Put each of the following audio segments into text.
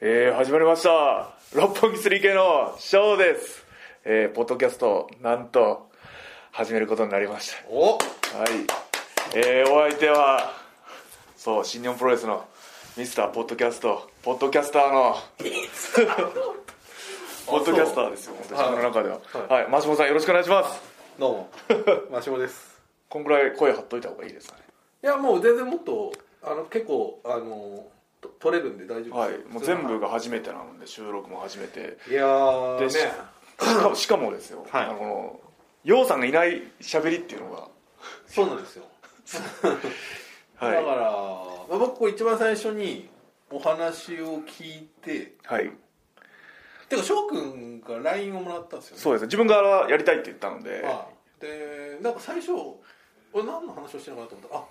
えー、始まりました六本木スリー系のショーですえー、ポッドキャストなんと始めることになりましおたはいえー、お相手はそう新日本プロレスのミスターポッドキャストポッドキャスター のポッドキャスターですよ本当に自分の中でははい、はい、マシモさんよろしくお願いしますど うもマシモですこんぐらい声張っといた方がいいですかねいやもう全然もっとあの結構あのと取れるんで大丈夫はいですもう全部が初めてなので収録も初め ていやーでねししかもしかもですよ、はいあのこの楊さんがいない喋りっていうのがそうなんですよ、はだかい、ら、まあ、僕こう一番最初にお話を聞いてはい、てか翔くんが LINE をもらったんですよねそうですね自分からやりたいって言ったので、はいでなんか最初俺何の話をしてるのかなと思ったらあ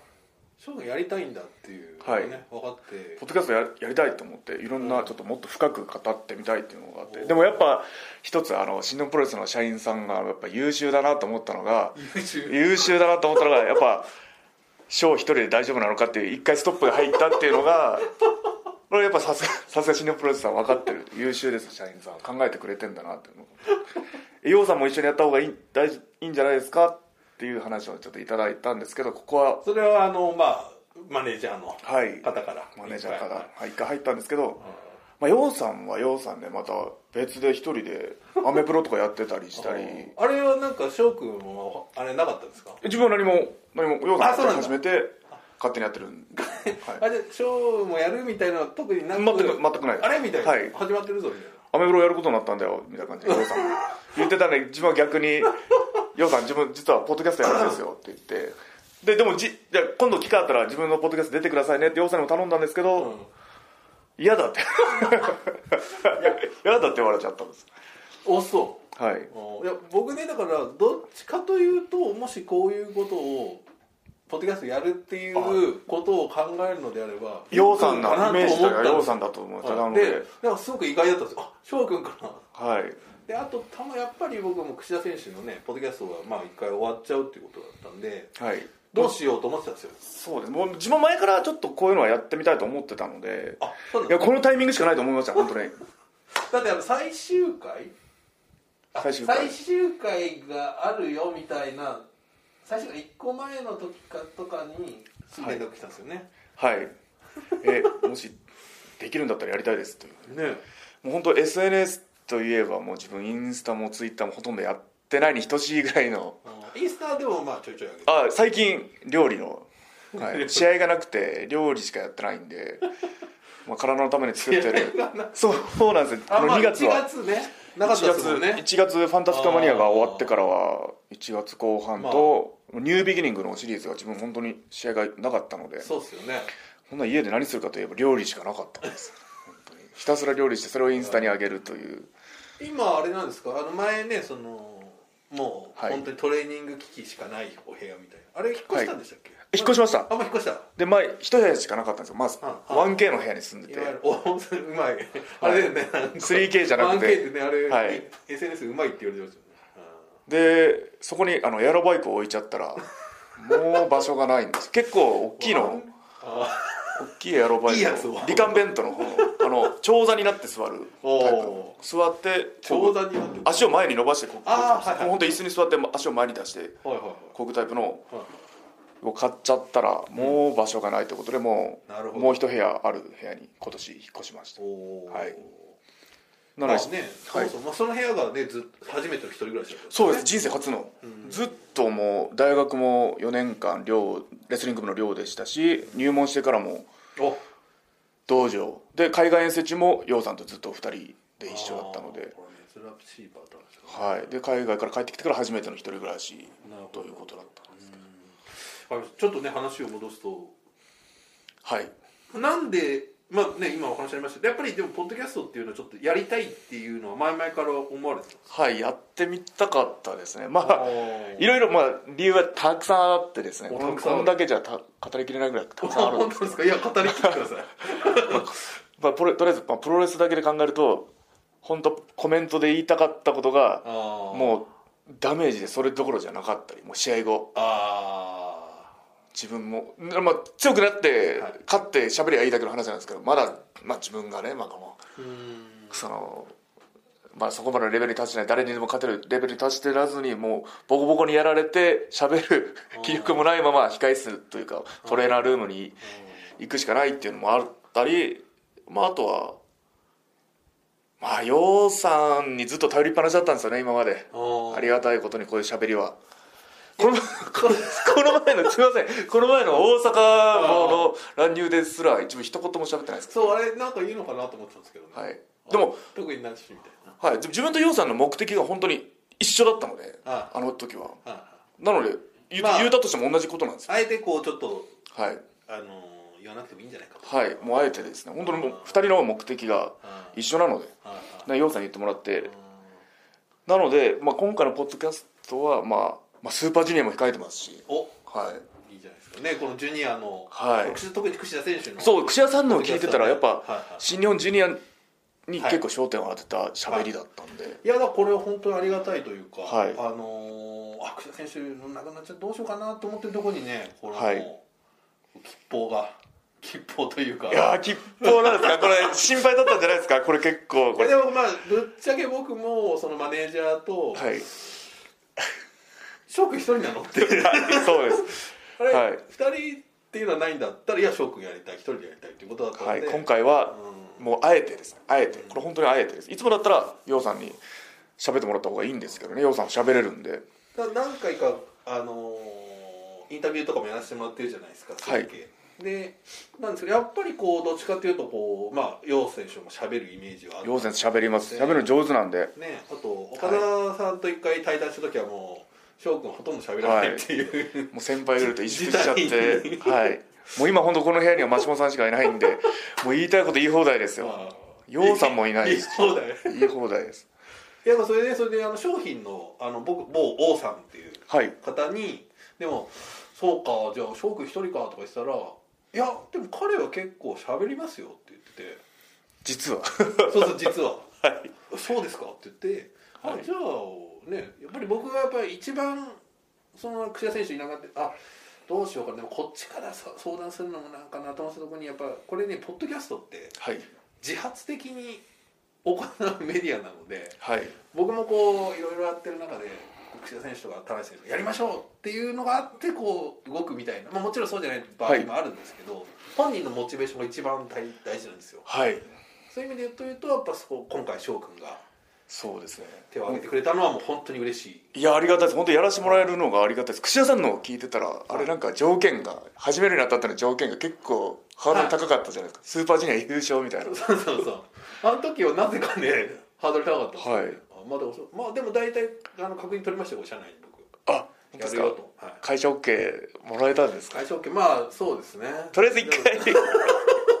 翔くんやりたいんだっていうのがね、分かってポッドキャストややりたいと思っていろんなちょっともっと深く語ってみたいっていうのがあって、おーでもやっぱ一つあの新日本プロレスの社員さんがやっぱ優秀だなと思ったのが YouTube 優秀だなと思ったのがやっぱ賞一人で大丈夫なのかっていう一回ストップが入ったっていうのがこれやっぱさすがさすが新日本プロレスさん分かってる優秀です社員さん考えてくれてんだなっていうのえようさんも一緒にやった方がいい大事いいんじゃないですかっていう話をちょっといただいたんですけどここはそれはあのまあマネージャーのはい方からマネージャーかはいらはい一回入ったんですけど、まあ、ようさんはようさんでまた別で一人でアメプロとかやってたりした りあれはなんか翔くんもあれなかったんですか自分は何も何もようさんあそうなんだ始めて勝手にやってるんで、はいあれ翔もやるみたいなのは特にな全く全くないですあれみたいな、はい始まってるぞみたいなアメブロやることになったんだよみたいな感じで洋さんが言ってたんで自分は逆に「洋さん自分実はポッドキャストやるんですよ」って言ってででもじじゃあ今度機会あったら自分のポッドキャスト出てくださいねって洋さんにも頼んだんですけど、嫌だって 嫌だって言われちゃったんですおそはい、ういや僕ねだからどっちかというともしこういうことをポッドキャストやるっていうことを考えるのであればようさんのイメージとかはなとよう思ったさんんだと思っでたなのでで、なんかすごく意外だったんですよあ翔くんかなはい、であとたまやっぱり僕も櫛田選手のねポッドキャストがまあ一回終わっちゃうっていうことだったんではい、どうしようと思ってたんですよそうですもう自分前からちょっとこういうのはやってみたいと思ってたのであそうなんいだやこのタイミングしかないと思いました本当にだってあの最終回あ最終回最終回があるよみたいな最終回1個前の時かとかに連絡来たんですよね、はいえもしできるんだったらやりたいですというねもう本当 SNS といえばもう自分インスタもツイッターもほとんどやってないに等しいぐらいのインスタでもまあちょいちょい上げてあ最近料理の、 はい、試合がなくて料理しかやってないんで、まあ、体のために作ってるそうなんですよこのまあ2月は、 1月ねなかったですもんね1月ファンタスカマニアが終わってからは1月後半と、ニュービギニングのシリーズが自分本当に試合がなかったのでそうっすよねこんな家で何するかといえば料理しかなかったん です本当にひたすら料理してそれをインスタに上げるという今あれなんですかあの前ねそのもうはい本当にトレーニング機器しかないお部屋みたいなあれ引っ越したんでしたっけ、引っ越しましたあんま引っ越したで前一部屋しかなかったんですよまずうんうん 1K の部屋に住んでいてわゆるおうまいあれだよねなんか 3K じゃなくて 1K ってねあれ、はい SNS うまいって言われてますよねでそこにあのエアロバイクを置いちゃったらもう場所がないんです結構大きいのあ大きいエアロバイいいやつクをリカンベントの方のあの長座になって座るタイプのお座ってこ長ぐ座になってる足を前に伸ばしてこぐあーはいはいもう本当に椅子に座って足を前に出してはいはいはこぐタイプのいはを買っちゃったらもう場所がないということでもうなるほどもう一部屋ある部屋に今年引っ越しましたいおーはいなまのあで、ねそはもいそもまあその部屋がねずっと初めての一人暮らしだったんそうです人生初の、んずっともう大学も4年間寮レスリング部の寮でしたし入門してからもお道場で海外遠征中も陽さんとずっと2人で一緒だったのであー、これ珍しいパターンですねはい、で海外から帰ってきてから初めての一人暮らしなるほどということだったんですけどわかりましたちょっとね話を戻すとはいなんでまあね今お話ありましたけどやっぱりでもポッドキャストっていうのはちょっとやりたいっていうのは前々から思われてたんですはいやってみたかったですねまああーいろいろまあ理由はたくさんあってですねおこんたくさんあこるんだけじゃた語りきれないぐらいたくさんあるん本です当ですかいや語りきってください まあ、プロとりあえず、まあ、プロレスだけで考えると本当コメントで言いたかったことがもうもうダメージでそれどころじゃなかったりもう試合後あ自分も、んまあ、強くなって、はい勝って喋りゃいいだけの話なんですけどまだ、まあ、自分がね、まあ、このうんその、まあ、そこまでのレベルに達してない誰にでも勝てるレベルに達してらずにもうボコボコにやられて喋る気力もないまま控室というかトレーナールームに行くしかないっていうのもあったり、まあ、あとは。まあ、ようさんにずっと頼りっぱなしだったんですよね今まであありりがたいことにこういう喋りは。このこのこの前のすいませんこの前の大阪の乱入ですら一部一言も喋ってないですそうあれなんか言うのかなと思ってたんですけどね、はいあでも特になしみたいなはい、で自分とヨウさんの目的が本当に一緒だったのであああの時ははいはいなので言,、まあ言うたとしても同じことなんですよあえてこうちょっとはい、あのー言わなくてもいいんじゃないかとはい、もうあえてですね本当にもうああ2人の目的がはい一緒なのではいなヨウさんに言ってもらってうんなので、まあ、今回のポッドキャストは、まあ、まあスーパージュニアも控えてますしおはいいいじゃないですかねこのジュニアの、はい特に櫛田選手のそう櫛田さんのを聞いてたらやっはいぱはい新日本ジュニアにはい結構焦点を当てた喋りだったんでいやだからこれは本当にありがたいというか、はいあのー、あ櫛田選手の亡くなっちゃうどうしようかなと思ってるところにねこの、はい吉報が 吉報というかいやー吉報なんですかこれ心配だったんじゃないですかこれ結構これでもまあぶっちゃけ僕もそのマネージャーと、はい翔くん一人なのってそうですあれ、はい2人っていうのはないんだったらいや翔くんやりたい一人でやりたいっていうことだったはんいで、今回はうもうあえてですねあえてこれ本当にあえてですいつもだったらようさんに喋ってもらった方がいいんですけどねようさん喋れるんでだ何回か、あのーインタビューとかもやらせてもらってるじゃないですかはい鈴木でなんですけどやっぱりこうどっちかというとこうまあ楊選手もしゃべるイメージはあようるさん喋ります喋るの上手なんでねあと岡田さんと一回対談した時はもう翔くんほとんどしゃべらないっていう、もう先輩がいると萎縮しちゃっ時 代てはいもう今本当この部屋には真下さんしかいない んでもう言いたいこと言い放題ですよようさんもいない しそうだよ言い放題ですやっぱそれでそれであの商品のあの僕某王さんっていうはい方にでも「そうかじゃあ翔くん一人か」とか言ってたら「いやでも彼は結構しゃべりますよ」って言ってて。実は そうそう実は、そうですかって言って、あじゃあねやっぱり僕がやっぱり一番その櫛田選手いなかったあどうしようかなでもこっちからさ相談するのもなんかなと思ったところにやっぱこれねポッドキャストってはい自発的に行うメディアなのではい僕もこういろいろやってる中で櫛田選手とか田中選手とかやりましょうっていうのがあってこう動くみたいな、まあ、もちろんそうじゃない場合もあるんですけど、本人のモチベーションが一番大大事なんですよ。はいそういう意味で言うと言うとやっぱそこ今回翔くんがそうですね手を挙げてくれたのはもう本当に嬉し い、いやありがたいです本当やらせてもらえるのがありがたいです櫛田さんのを聞いてたらあれなんか条件が始めるにあたっての条件が結構ハードル高かったじゃないですか、スーパージュニア優勝みたいなそうそうそうあの時はなぜかねハードル高かったんですよ、はいあまあでもそうまあでも大体あの確認取りましたよ社内に僕あ本当でやするかよと、はい、会社 OK もらえたんですか会社 OK まあそうですねとりあえず一 回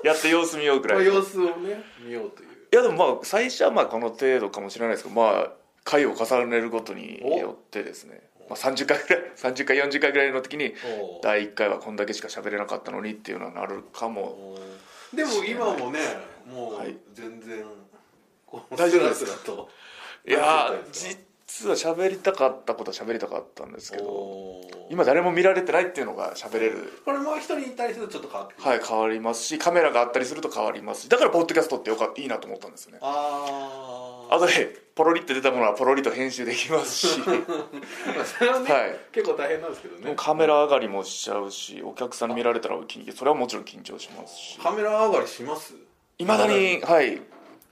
やって様子見ようぐまらあいい様子をね見ようというやでもまあ最初はまあこの程度かもしれないですけどまあ回を重ねることによってですね、まあ、30回ぐらい30回40回ぐらいの時におー第1回はこんだけしか喋れなかったのにっていうのはなるかもおーでも今もねもうはい全然、こう大丈夫ですスラスラといや大丈夫ーですか実は喋りたかったことは喋りたかったんですけどおー今誰も見られてないっていうのが喋れるこれもう一人に対するとちょっと変わってくる、はい変わりますしカメラがあったりすると変わりますしだからポッドキャストってよかいいなと思ったんですよねあーあとでポロリって出たものはポロリと編集できます しまあ それはね、はい結構大変なんですけどもうねカメラ上がりもしちゃうしお客さんに見られたら緊それはもちろん緊張しますしカメラ上がりしますいまだにはい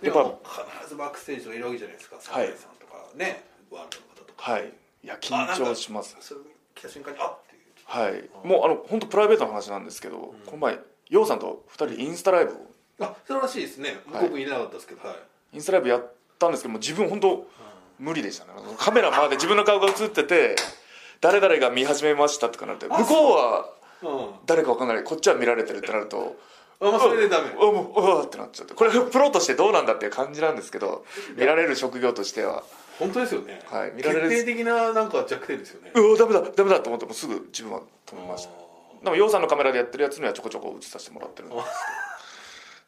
でやっもぱ必ずバックステージがいるわけじゃないですかはい桜井さんとかね、ワールドの方とかはいいや緊張しますそれ来た瞬間にあっていうはいもうあの本当プライベートの話なんですけど、この前ようさんと2人でインスタライブをあそれらしいですね向はいこうにいなかったですけどはい、インスタライブやったんですけども自分本当無理でしたねカメラまで自分の顔が映ってて誰々が見始めましたとかなって向こうはうん誰か分かんないこっちは見られてるってなるとあまあそれでダメあもううわーってなっちゃってこれプロとしてどうなんだっていう感じなんですけど見られる職業としては本当ですよね、はい見られる決定的ななんか弱点ですよねうおダメだダメだと思ってもうすぐ自分は止めましたあでも洋さんのカメラでやってるやつにはちょこちょこ映させてもらってるんです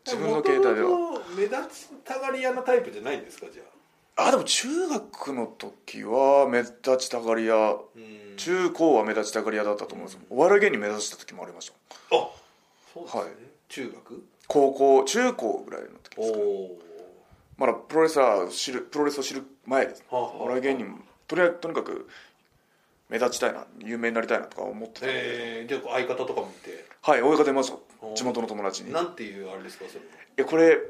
けど自ー分の携帯では元々目立ちたがり屋のタイプじゃないんですかじゃああでも中学の時は目立ちたがり屋うん中高は目立ちたがり屋だったと思うんですよお笑い芸人目指した時もありましたあそうですね、はい中学高校中高ぐらいの時おですかねおまだプロレスラーを知るプロレスを知る前ですねはあはあお笑い芸人もとりあえずとにかく目立ちたいな有名になりたいなとか思ってたんでえー、じゃあ相方とか見てはい親方出ましたお地元の友達にいなんていうあれですかそれやこれちょ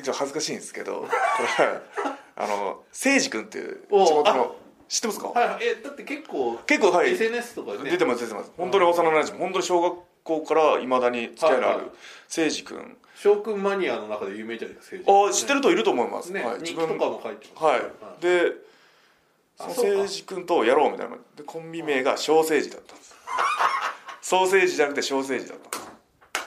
っと恥ずかしいんですけどこれはいあの誠治君っていう地お元あの知ってますかはいはいえだって結構結構はい SNS とかでね出てます出てます本当に幼なじみ本当に小学校からいまだに付き合いのあはいる誠治君翔くんマニアの中で有名じゃないですかあ知ってるる人いると思います、ね、はい、日記とかも書いてますはい、であソそうかーセージ君とやろうみたいなでコンビ名が小セージだったん ですソーセージじゃなくて小セージだったんです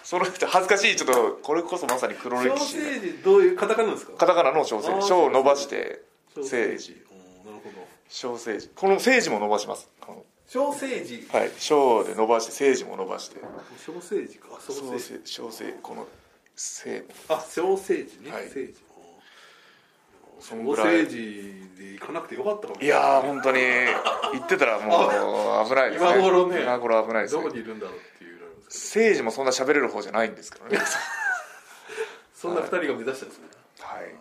その人恥ずかしいちょっとこれこそまさに黒ソー歴史セージどういうカタカナですかカタカナの小セーあージ小を伸ばしてソーセージうんなるほど小セージこのセージも伸ばしますこの小セージはい小で伸ばしてセージも伸ばして小セージかソーセージ小セージこのセーあ小セージね、はいセージそソのぐーセらいージで行かなくてよかったかもいやー本当に言ってたらもう危ないですね今頃ね今頃危ないですどこねにいるんだろうっていうのがありますセージもそんな喋れる方じゃないんですけどねけどそんな二人が目指したんですね、はい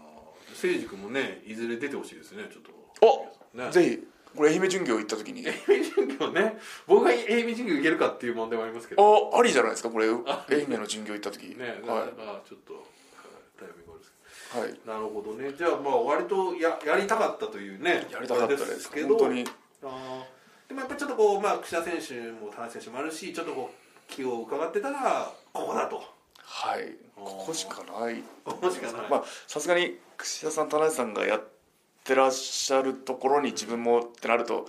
誠治君もねいずれ出てほしいですねちょっとお、ねぜひこれ愛媛巡業行った時に愛媛巡業ね僕が愛媛巡業いけるかっていう問題もありますけどあありじゃないですかこれ愛媛の巡業行った時ねなかはなかちょっとはいタイミングあるんですい、はい、けどなるほどねじゃあまあ割とややりたかったというねやりたかったであれすけど本当にあーでもやっぱちょっとこう、まあ、櫛田選手も田中選手もあるしちょっとこう気を伺ってたらここだとはいここしかないここしかない、まあさすがに櫛田さん田中さんがやってらっしゃるところに自分もってなると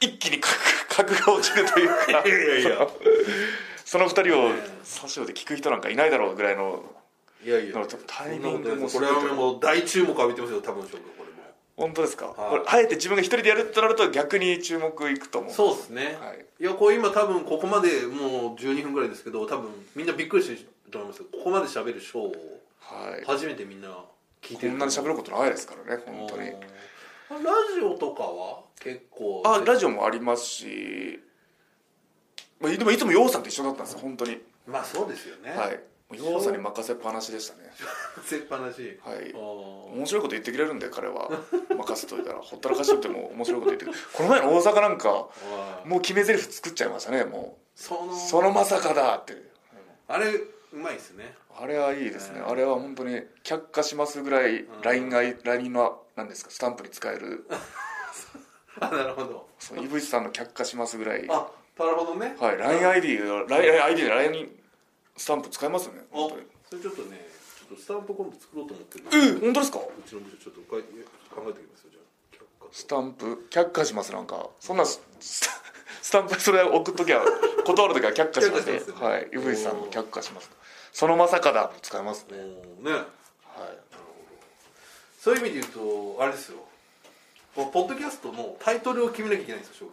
一気に格 格が落ちるというかいやいやいや その二人を三章で聞く人なんかいないだろうぐらいのいやいやだからタイミングもそんなことないですこれはもう大注目浴びてますよ多分翔くんこれも本当ですか、はいこれあえて自分が一人でやるってなると逆に注目いくと思うそうですね、はいい、やこう今多分ここまでもう12分ぐらいですけど多分みんなびっくりしてると思いますここまで喋るショーをはい初めてみんな聞いてこるんなに喋るることないですからね本当にラジオとかは結構あラジオもありますしまあでもいつも洋さんと一緒だったんですよ本当にまあそうですよねはい洋さんに任せっぱなしでしたねせっぱなしはいあー面白いこと言ってくれるんで彼は任せといたら ほったらかしといても面白いこと言ってくれるこの前の大阪なんかあーもう決め台詞作っちゃいましたねもそうのそのまさかだってあれうまいですね あれはいいですねうんあれは本当に却下しますぐらいん LINE が LINE の何ですかスタンプに使えるあなるほどその井淵さんの却下しますぐらいあなるほどねはい、LINEID、LINEID で LINE スタンプ使えますよね、お本当に。それちょっとねちょっとスタンプ今度作ろうと思ってるえ本当ですかうちの部署ちょっと書いて考えておきますよじゃあ却下スタンプ、却下します、なんか。そんな、スススタンプ、それ送っときゃ、断るときは却下しますね却下します。よねはい、井渕さんも却下します。そのまさかだ、使えますね。おーねはい。そういう意味で言うとあれですよこのポッドキャストのタイトルを決めなきゃいけないんですよ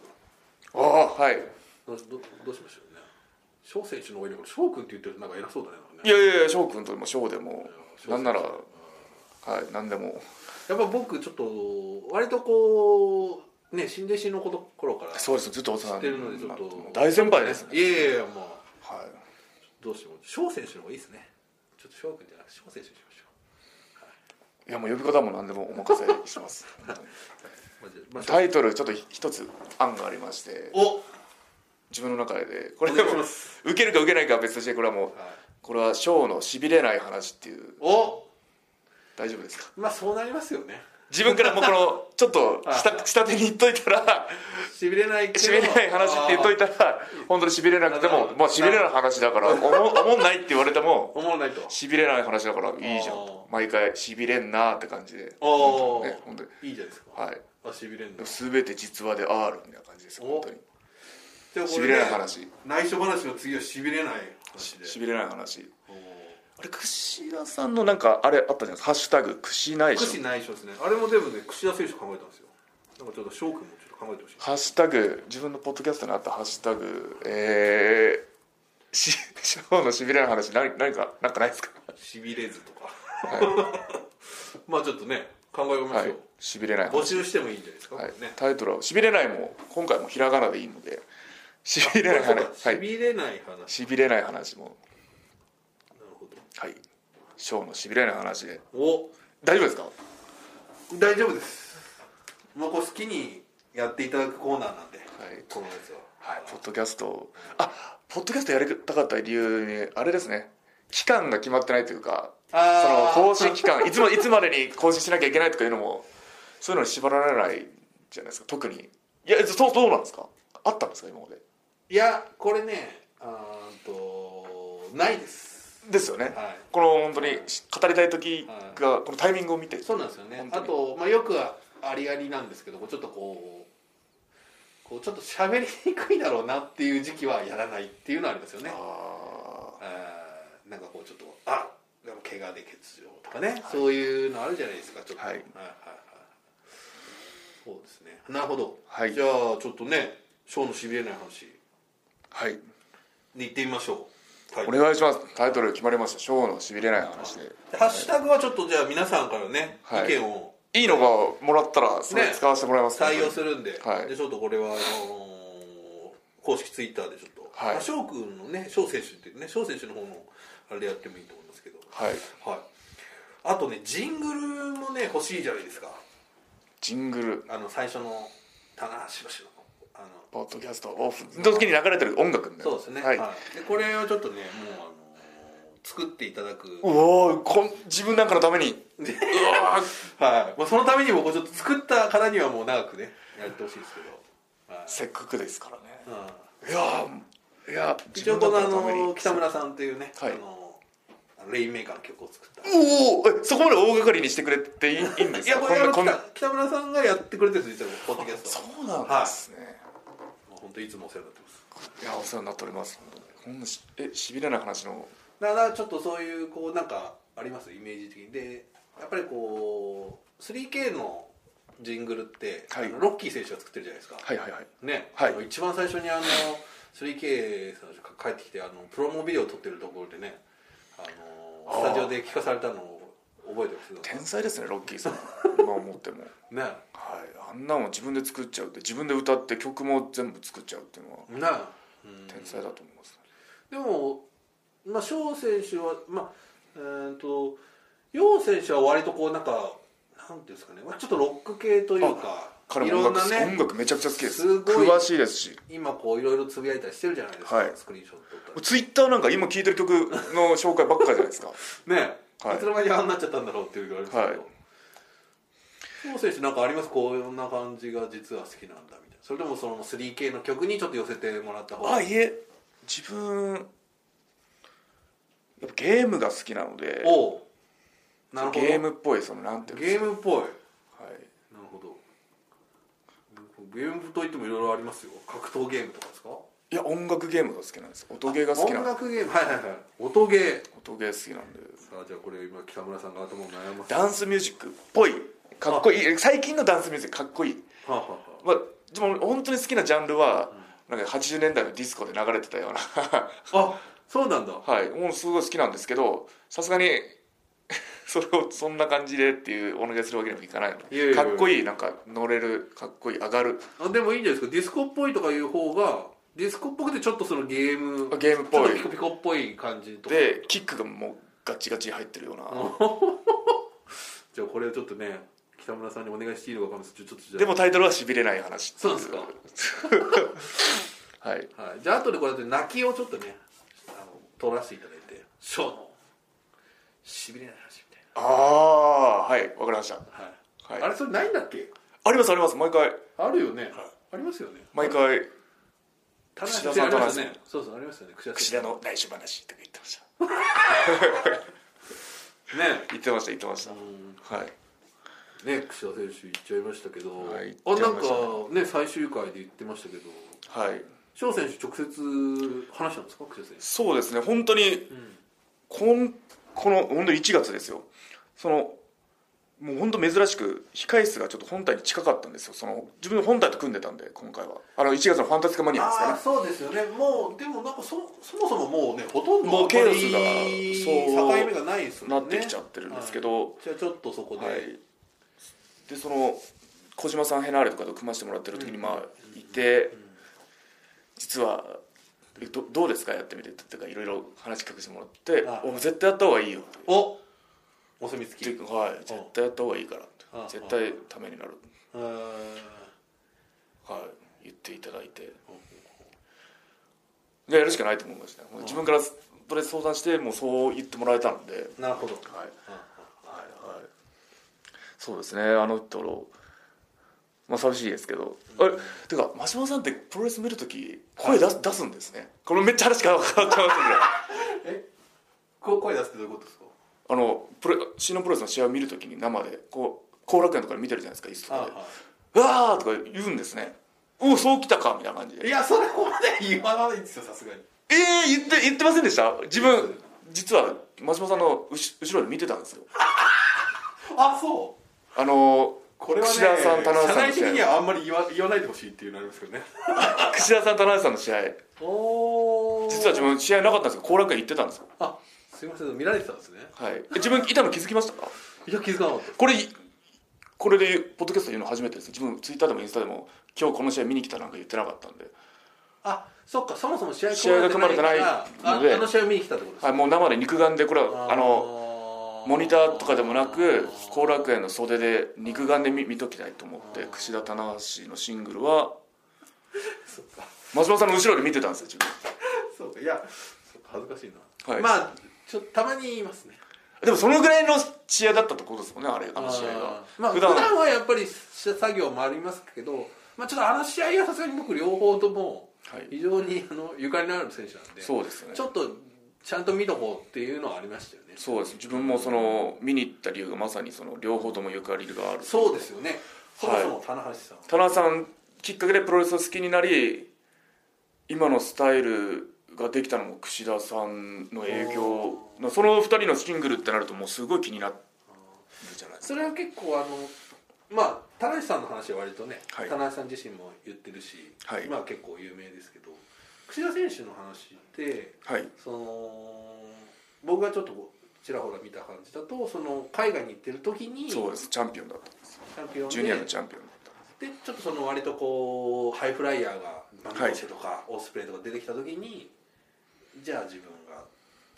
ああ、はい。翔くんどどどうしましょうね翔選手の方がいいのかな翔くんって言ってるとなんか偉そうだねなんかいねやいやいや、翔くんとでも翔でも、翔選手なんなら、うはい、なんでも。やっぱ僕ちょっと割とこうね新弟子の頃からそうです、ずっとお世話知ってるのでちょっともう大先輩ですね。いやいやいやまあはい。どうしても翔選手の方がいいですねちょっと翔くんじゃなくて翔選手にしましょいや、もう呼び方も何でもお任せします。本当にうまあじゃあまあ翔タイトルちょっと一つ案がありましてお自分の中でこれおで願いもします受けるか受けないかは別としてこれはもうはいこれはショーのしびれない話っていうお大丈夫ですかまあそうなりますよね自分からもうこのちょっとは下い下手に言っといたらしびれないけどしびれない話って言っといたら本当にしびれなくてなるほもどまあしびれない話だからおもおもんないって言われても思わないとしびれない話だからいいじゃんあー毎回しびれんなって感じでおお、ね本当にいいじゃないですか、はいあしびれんの全て実話で R みたいな感じです本お当にじゃあしびれない話内緒話の次はしびれない話でしびれない話おあれ櫛田さんのなんかあれあったじゃないですか「ハッシュタグくしないしーょ櫛内緒ですねあれも全部ね櫛田選手考えたんですよなんかちょっと翔くんもちょっと考えてほしいハッシュタグ自分のポッドキャストにあったハッシュタグえー、しショーのしびれの話何何かなんかないですか しびれずとか、まあちょっとね考考えまはすいよ、しびれない募集してもいいんじゃないですか、はいこれねタイトルは「しびれない」も今回もひらがなでいいので「しびれないそ話うか」はいしびれない話、 「しびれない話も」なるほどはいショーのしびれない話でお大丈夫ですか大丈夫ですもうこう好きにやっていただくコーナーなんで、はいこのやつははい、ポッドキャストあポッドキャストやりたかった理由にあれですね期間が決まってないというかそのあー更新期間いつもいつまでに更新しなきゃいけないとかいうのもそういうのに縛られないじゃないですか特にいやそうどうなんですかあったんですか今までいやこれねあーんとないですですよね、はいこの本当に語りたい時がこのタイミングを見て、そうなんですよねあ本当と、まあ、よくありありなんですけどこうちょっとこうこうちょっと喋りにくいだろうなっていう時期はやらないっていうのはありますよねああーなんかこうちょっとあでも怪我で欠場とかね、そういうのあるじゃないですかちょっとはいはいはいそうですねなるほど、はいじゃあちょっとねショーのしびれない話ーはいに行ってみましょう、はいお願いしますタイトル決まりました「ショーのしびれない話で」ハッシュタグはちょっとじゃあ皆さんからね、はい意見をいいのがもらったらそれね使わせてもらいます、採用するんで,、はいでちょっとこれはあのー公式ツイッターでちょっとはいまあ翔くんのね翔選手っていうね翔選手の方のあれでやってもいいと思いますけどはいはいあとねジングルもね欲しいじゃないですかジングルあの最初の棚橋宏のあのポッドキャストオフの時に流れてる音楽みたいなそうですね、はい、はいでこれをちょっとねもうあのー作っていただくうわーこん自分なんかのためにうわーはい、まあ、そのためにもこうちょっと作った方にはもう長くねやってほしいですけど、はいせっかくですからねうんいやーいや一応このあの北う村さんというね、はいあのレインメーカーの曲を作ったおーえそこまで大掛かりにしてくれていいいいんでいすやかこれあのこんな北北村さんがやってくれてるんですよ実はポッドキャストそうなんですね、もう本当いつもお世話になってますい、やお世話になっております本当にこんなしえしびれない話のだからちょっとそういうこうなんかありますイメージ的にでやっぱりこう 3K のジングルって、はいあのロッキー選手が作ってるじゃないですか、はいはいはいね、はいあの一番最初にあの 3K さんが帰ってきてあのプロモビデオを撮ってるところでねあのスタジオで聞かされたのを覚えてます天才ですねロッキー さん今思ってもねはいあんなもん自分で作っちゃうって自分で歌って曲も全部作っちゃうっていうのはねうん天才だと思います、でも、まあ、翔選手は、まあえー、と楊選手は割とこうなんかなんていうんですかね、まあ、ちょっとロック系というか彼いもろ音んな楽,、音ね楽めちゃくちゃ好きですすごい詳しいですし今こういろいろつぶやいたりしてるじゃないですか、はいスクリーンショットとかツイッターなんか今聴いてる曲の紹介ばっかじゃない ですかねはいい、つの間にああなっちゃったんだろうっていう言われますけど、はい翔選手なんかありますこういろんな感じが実は好きなんだみたいなそれともその 3K の曲にちょっと寄せてもらった方あがいえ自分やっぱゲームが好きなのでおうなるほどゲームっぽいそのなんていうんですゲームっぽいか、はい、なるほどゲームといってもいろいろありますよ格闘ゲームとかですかいや音楽ゲームが好きなんです音ゲーが好きなん音で楽ゲームはいはいはい音ゲー音ゲー好きなんでさあじゃあこれ今北村さんが頭を悩ますダンスミュージックっぽいかっこいい最近のダンスミュージックかっこいい、はあ、はあはまあ、でも本当に好きなジャンルは、なんか80年代のディスコで流れてたようなあ、あそうなんだはいもうすごい好きなんですけどさすがに それをそんな感じでっていうお願いするわけにもいかないのでいやいやいやかっこいいなんか乗れるかっこいい上がるあでもいいんじゃないですかディスコっぽいとかいう方がディスコっぽくてちょっとそのゲームあゲームっぽいちょっとピコピコっぽい感じとかでキックがもうガチガチ入ってるようなじゃあこれをちょっとね北村さんにお願いしていいのかわかんないですちょっとじゃあでもタイトルはしびれない話っていそうなんはいはい、じゃあ後でこれで泣きをちょっとねあの取らせていただいてショーのしびれない話みああはいわかりましたたいな、はいはいあれそれないんだっけありますあります毎回あるよね、ありますよね毎回田串田さ中さんんありました田ねそうそうありましたね串田串さ田んねの内緒話とか言ってました言ってました言ってましたはいね串田選手行っちゃいましたけど、はいあなん行っちゃいまかね最終回で言ってましたけどはい翔選手直接話したんですか串田選そうですね本当にこんこの本当に1月ですよそのもう本当珍しく控室がちょっと本体に近かったんですよその自分の本体と組んでたんで今回はあの1月のファンタスティカマニ手アですからああそうですよねもうでもなんかそそもそももうねほとんどもうケースがあんまそうり境目がないですもなんっねてきちゃってるんですけど、じゃあちょっとそこで、はい、でその小島さんヘナーレとかと組ませてもらってる時にまあいて実はえどどうですかやってみてっていうかいろいろ話聞かせてもらってあ「お絶対やった方がいいよ」っておお墨付言っきてはい「絶対やった方がいいから」ってああ絶対ためになる」うーんはい、言っていただいてでやるしかないと思いましたねもう自分からそれ相談してもうそう言ってもらえたのでなるほどはいうんうんはいはいそうですねあの頃まあ寂しいですけど、あれてか真島さんってプロレス見るとき声出す,、出すんですねこれめっちゃ話変わっちゃいます けどえこう声出すってどういうことですかあのプレ新日本プロレスの試合を見るときに生でこう後楽園とかで見てるじゃないですか椅子とあかで「うわ!」とか言うんですね「おおそうきたか」みたいな感じでいやそれほどで言わないですよさすがにええ言って言ってませんでした自分実は真島さんの後後ろで見てたんですよあそうあのこれはね櫛田さん田中さん社内的のに試合はあんまり言わ言わないでほしいっていうのありますけどね櫛田さん田中さんの試合お実は自分試合なかったんですけど後楽園行ってたんですよあすいません見られてたんですねはいえ自分いたの気づきましたかいや気づかなかったこれこれでポッドキャスト言うの初めてです自分ツイッターでもインスタでも今日この試合見に来たなんか言ってなかったんで、あそっかそもそも試合試合が組まれてないからあのであの試合見に来たってことですはい、もう生で肉眼でこれはあののモニターとかでもなく後楽園の袖で肉眼で見見ときたいと思って櫛田棚橋のシングルはそっか 真島さんの後ろで見てたんですよ自分そうかいやそっか恥ずかしいな、はいまあちょっとたまに言いますねでもそのぐらいの試合だったってことですもんねあれあの試合があーまあ、普普段段はやっぱり作業もありますけど、まあ、ちょっとあの試合はさすがに僕両方ともはい非常にあのゆかりのある選手なんでそうですねちょっとちゃんと見とこうっていうのはありましたよねそうです自分もその見に行った理由がまさにその両方ともゆかりがあるそうですよねそもそも棚橋さん、田中さんきっかけでプロレスを好きになり今のスタイルができたのも櫛田さんの影響その2人のシングルってなるともうすごい気になるじゃないですそれは結構あのまあ棚橋さんの話は割とね、はい棚橋さん自身も言ってるし、はいまあ結構有名ですけど櫛田選手の話ってかはいその僕がちょっとこうちらほら見た感じだとその海外に行ってる時にそうですチャンピオンだったんですチャンピオンでジュニアのチャンピオンだったでちょっとその割とこうハイフライヤーがバンドはいーシェとかオースプレイとか出てきた時に、じゃあ自分がっ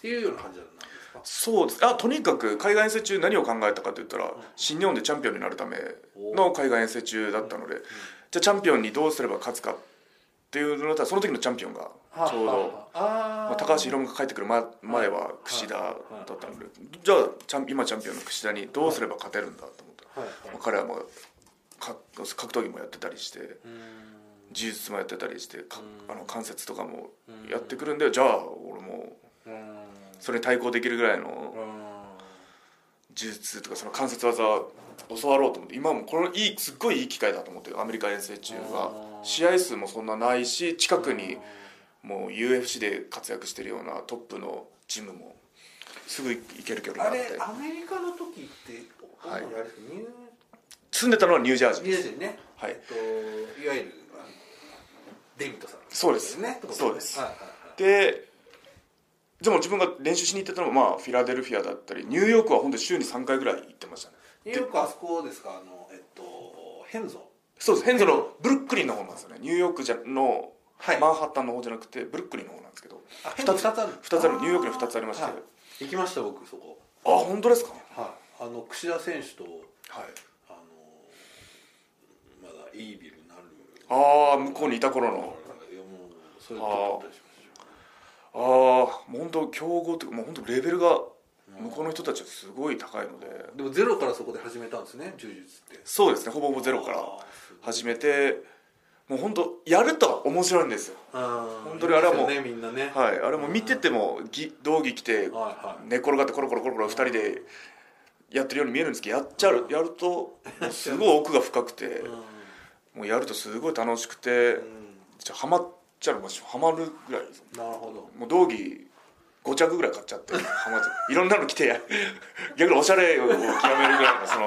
ていうような感じなんですかそうですあとにかく海外遠征中何を考えたかといったら、新日本でチャンピオンになるための海外遠征中だったので、じゃあチャンピオンにどうすれば勝つかっていうのだったらその時のチャンピオンがちょうど、あまあ、高橋宏夢が帰ってくる前前は櫛田だったので、じゃあチャン今チャンピオンの櫛田にどうすれば勝てるんだと思ったはいはいまあ、彼はまあか格闘技もやってたりしてうーん柔術もやってたりしてかあの関節とかもうんやってくるんでじゃあ俺もうーんそれに対抗できるぐらいの。うーん呪術とかその関節技を教わろうと思って今もこのいいすっごいいい機会だと思ってアメリカ遠征中あはー試合数もそんなないし近くにもう UFC で活躍してるようなトップのジムもすぐ行ける距離あがあっれてアメリカの時って主はいにあれですかニュ住んでたのはニュージャージーーニでューすジーねはいえっといわゆるあのデビットさんそうですねってことそうですはいはいはいででも自分が練習しに行ってたのもまあフィラデルフィアだったりニューヨークは本当に週に3回ぐらい行ってましたねニューヨークあそこですかあのえっとヘンゾそうですヘンゾのブルックリンの方なんですよねニューヨークじゃのはいマンハッタンの方じゃなくてブルックリンの方なんですけどあ二つ二つある二つあるニューヨークに2つありましてはい行きました僕そこあ本当ですかはいあの櫛田選手とはいあのまだイービルなるああ向こうにいた頃のいやもうそれで撮ったりしましああもう本当強豪っていうかもう本当レベルが向こうの人たちはすごい高いのでたよでもゼロからそこで始めたんですね柔術ってそうですねほぼほぼゼロから始めてもう本当やると面白いんですよ本本当にあれはもうねみんなねはいあれも見ててもぎ道着着てはいはい寝転がってコロコロコロコロ2人でやってるように見えるんですけどやっちゃうやるともうすごい奥が深くてうんもうやるとすごい楽しくてうんじゃあハマっちゃうもうハマるぐらいですなるほどもう道着5着ぐらい買っちゃってハマっちゃっていろんなの着てや逆におしゃれを極めるぐらいのその、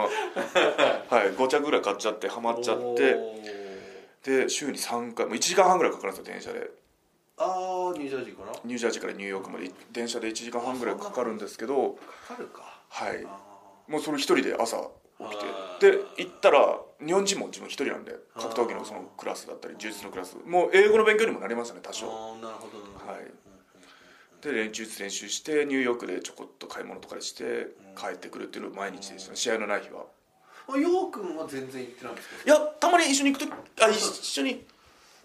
はい、5着ぐらい買っちゃってハマっちゃっておーで週に3回もう1時間半ぐらいかかるんですよ電車でああニュージャージーからかニュージャージーからニューヨークまで電車で1時間半ぐらいかかるんですけどかるかはいあもうそれ一人で朝起きあてーで行ったら日本人も自分一人なんで格闘技のそのクラスだったり柔術のクラスもう英語の勉強にもなりますよね多あ少ーなるほどなるほどはいで練習練習してニューヨークでちょこっと買い物とかして帰ってくるっていうのを毎日でしたね試合のない日はあようくんは全然行ってないんですけいやたまに一緒に行くとあ一緒に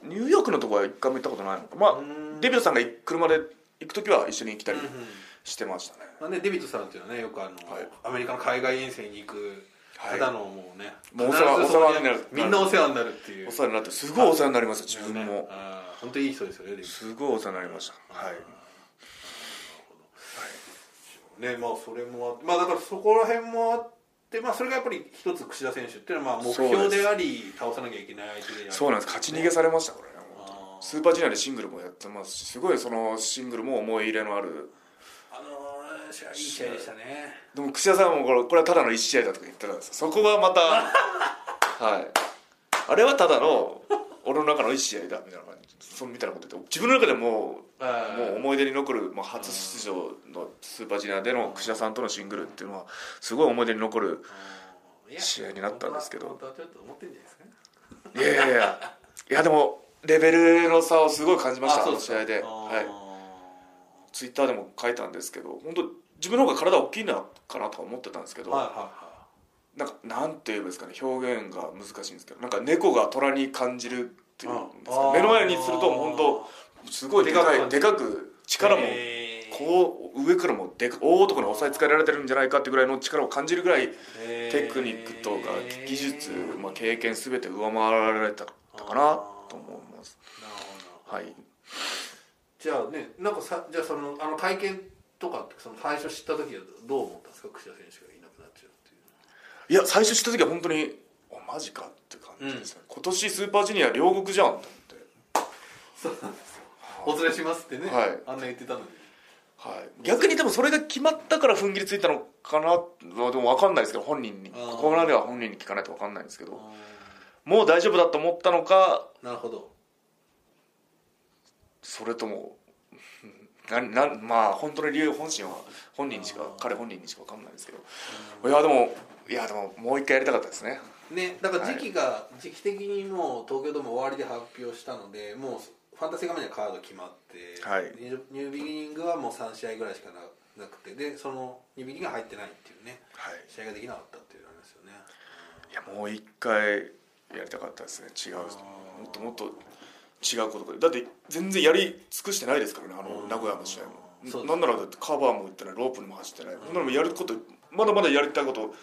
ニューヨークのとこは一回も行ったことないのかまうあんデビッドさんが車で行く時は一緒に来たりど、うんうんしてましたねまあね、デビッドさんっていうのはねよくあの、はいアメリカの海外遠征に行くはいただのもうね、もうお世話必ずそこお世話になるみんなお世話になるっていうお世話になってすごいお世話になりました自分ねもあー本当にいい人ですよねデビッドすごいお世話になりましたはいねまあそれもあってまあだからそこら辺もあってまあそれがやっぱり一つ櫛田選手っていうのはまあ目そ標うですであり倒さなきゃいけない相手でありそうなんです勝ち逃げされましたこれね本当にあースーパージュニアでシングルもやってますしすごいそのシングルも思い入れのあるあのー試合いい試合でしたねでも櫛田さんもこれこれはただの1試合だとか言ってたんですよそこが またはいあれはただの俺の中の1試合だみたいな感じそんみたいなこと言って自分の中でもうあもう思い出に残る、まあ、初出場のスーパージュニアでの櫛田さんとのシングルっていうのはすごい思い出に残 る試合になったんですけど本当は本当はちょっと思ってんじゃないですかねいやいやいやいやでもレベルの差をすごい感じましたあの試合で、あーはい、ツイッターでも書いたんですけど本当自分の方が体大きいのかなとか思ってたんですけど、はいはいはいなんかなんて言えばいいですかね表現が難しいんですけどなんか猫が虎に感じるっていうんですかあー目の前にすると本当すごいでかいででかく力もへーこう上からもでか大男に押さえつけられてるんじゃないかってぐらいの力を感じるぐらいへーテクニックとか技術、まあ、経験全て上回られたかなと思います。なるほどはいじゃあねなんかさじゃあそのあの会見とかってその最初知った時はどう思ったんですか櫛田選手がいなくなっちゃうっていういや最初知った時は本当に「おマジか」って感じですね、今年スーパージュニア両国じゃんと思ってそうなんですよお連れしますってね、はいあんな言ってたのにはい、逆にでもそれが決まったから踏ん切りついたのかなでも分かんないですけど本人にあーここまでは本人に聞かないと分かんないんですけどもう大丈夫だと思ったのかなるほどそれとも うんななまあ本当の理由本心は本人にしか彼本人にしか分かんないですけどいやでもいやでももう一回やりたかったですねねだから時期が、時期的にもう東京ドーム終わりで発表したのでもうファンタジー画面にはカード決まって、はいニューニュービギニングはもう3試合ぐらいしかななくてでそのニュービギニングが入ってないっていうねはい試合ができなかったっていう話ですよねいやもう一回やりたかったですね違うもっともっと違うことがだって全然やり尽くしてないですからねあのうん名古屋の試合そうですもなんならだってカバーも打ってないロープにも走ってないなんならやることまだまだやりたいこと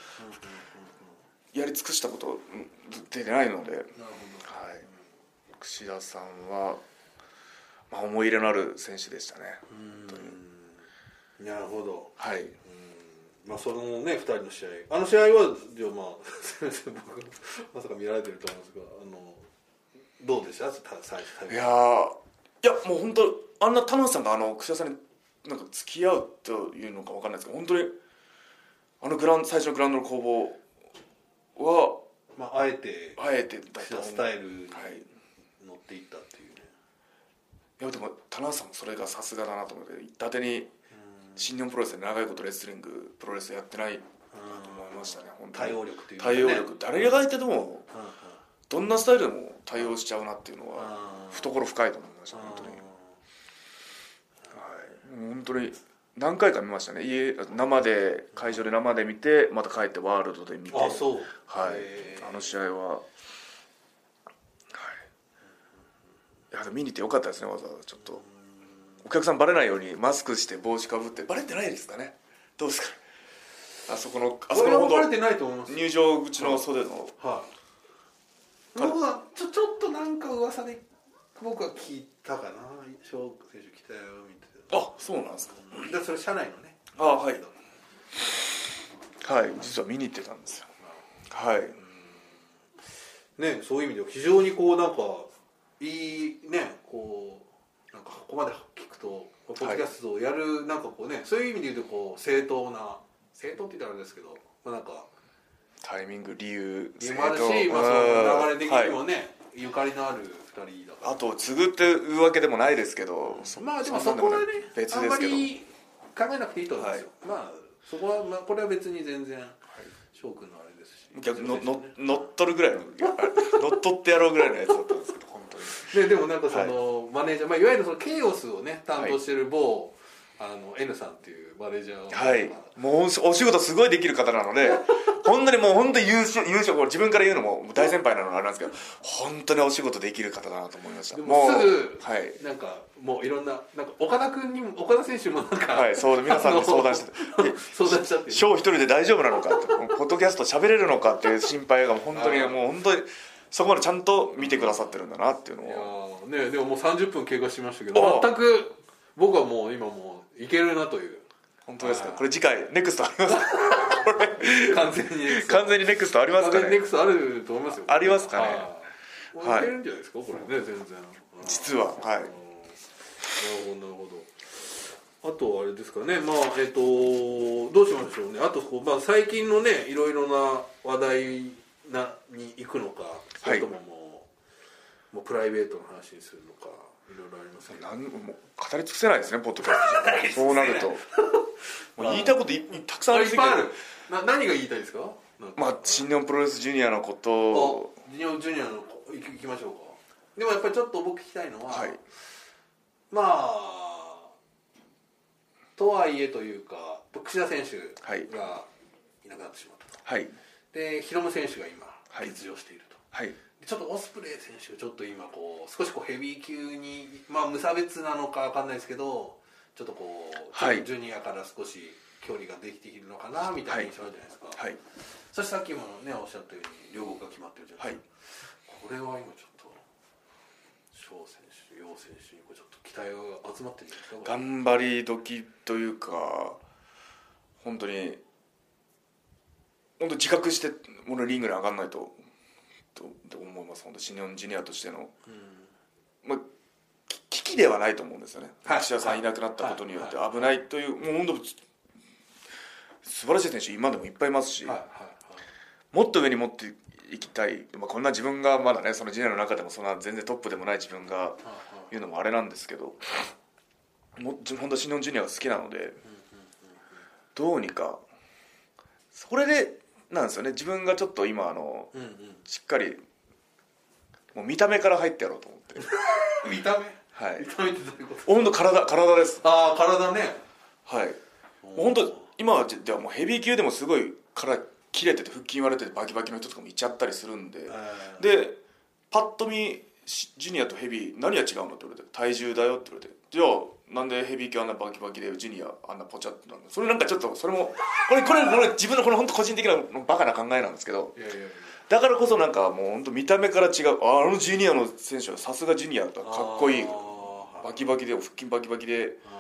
やり尽くしたことうん出てないので、はい、なるほど櫛田さんは、まあ、思い入れのある選手でしたね本当にうんなるほどはいまあそのね2人の試合あの試合はじゃあまあ すみません僕まさか見られてると思うんですがあのどうでしたた最初最い初やーいやもう本当あんな玉内さんがあの櫛田さんになんか付き合うというのかわかんないですけど本当にあのグラウンド最初のグラウンドの攻防はまああえてあえてだ櫛田スタイルにはい、い乗っていったっていうねやでも棚橋さんもそれがさすがだなと思って伊達に新日本プロレスで長いことレスリングプロレスやってないなと思いましたね本当に対応力というかね対応力誰がいてでもうんうんどんなスタイルでも対応しちゃうなっていうのはあー懐深いと思いましたあー本当に。はい、本当に何回か見ましたね家生で会場で生で見てまた帰ってワールドで見てあそうはいへーあの試合ははいいやでも見に行ってよかったですねわざわざちょっとお客さんバレないようにマスクして帽子かぶってバレてないですかねどうですかねあそこのあそこ俺はの分かれ本てないと思います当入場口の袖のはい彼僕はちょちょっとなんか噂で僕は聞いたかな翔選手来たよみたいなあそうなんですかでそれ社内のねあはいはい実は見に行ってたんですよはいねそういう意味では非常にこうなんかいいねこうなんかここまで聞くとポッドキャストをやるなんかこうね、そういう意味で言うとこう正当な正当って言ったらあれですけど、まあ、なんかタイミング理由理由もあるし、正当まあ、そのうん流れ的にもね、ゆかりのある2人だからあと継ぐっていうわけでもないですけど、そまあでもそんなこんはなねい別あんでますけどり考えなくていいと思うんですよ、まあそこは、まあ、これは別に全然翔くんのあれですし逆にのの乗っ取るぐらいの乗っ取ってやろうぐらいのやつだったんです けど本当にででもなんかその、マネージャー、まあ、いわゆるそのケイオスをね担当してる某、あの N さんっていうマネージャーをはいまあもうお仕お仕事すごいできる方なので本当にもう本当に優秀優秀これ自分から言うのも大先輩なのがあれなんですけど本当にお仕事できる方だなと思いましたでもうすぐはいなんかもういろんななんか岡田君にも岡田選手もなんか、はいそう皆さんに相談していや 相談しちゃってショー一人で大丈夫なのかってもうポッドキャスト喋れるのかっていう心配が本当にあーもう本当にそこまでちゃんと見てくださってるんだなっていうのいやをーねでももう30分経過しましたけああど全く僕はもう今もういけるなという本当ですかはいこれ次回ネクストあります完全に完全にネクストありますか完全にネねクストあると思いますよありますかねはいはいいけるんじゃないですかこれね全然実ははいうんなるほどなるほどあとあれですかねまあえっ、とどうしましょうねあとこう、まあ、最近のねいろいろな話題なに行くのかそれとももう,、もうプライベートの話にするのかいろいろありますけどなんもう語り尽くせないですねポッドキャストじゃそうなるともう言いたいこといたくさんあありいっすぎぱていあるな何が言いたいですかなんかまあ新日本プロレスジュニアのことをあジュニアジュニアの子いきいきましょうかでもやっぱりちょっと僕聞きたいのは、はいまあとはいえというか櫛田選手はいがいなくなってしまったと、はいでヒロム選手が今はい欠場していると、はいでちょっとオスプレイ選手がちょっと今こう少しこうヘビー級にまあ無差別なのかわかんないですけどちょっとこう、はいジュニアから少し距離ができているのかなみたいな印象あるじゃないですか、はいそしてさっきもねおっしゃったように両国が決まってるじゃないですか、これは今ちょっと翔選手楊選手にこうちょっと期待が集まってるんじゃないですかこれ頑張り時というか本当に本当自覚してものリングに上がんないととと思います本当新日本ジュニアとしての、まあ、き危機ではないと思うんですよねはい岸田さんいなくなったことによって危ないという、もう本当素晴らしい選手今でもいっぱいいますし、はいはいもっと上に持っていきたい、まあ、こんな自分がまだねそのジュニアの中でもそんな全然トップでもない自分がはいはいはい言うのもあれなんですけどもう本当新日本ジュニアが好きなのでどうにかそれでなんですよね自分がちょっと今あのうんしっかりもう見た目から入ってやろうと思ってうん見た目はい見た目ってどういうこと本当体体ですああ体ねはい本当今はじではもうヘビー級でもすごいから切れてて腹筋割れててバキバキの人とかもいちゃったりするんで、えーでパッと見しジュニアとヘビー何が違うのって言われて体重だよって言われてじゃあなんでヘビー級あんなバキバキでジュニアあんなポチャってなんだそれなんかちょっとそれもこれこれこれ自分のこの本当個人的なバカな考えなんですけどいやいやいやだからこそなんかもう本当見た目から違うああのジュニアの選手はさすがジュニアだかっこいいあーはいバキバキで腹筋バキバキであー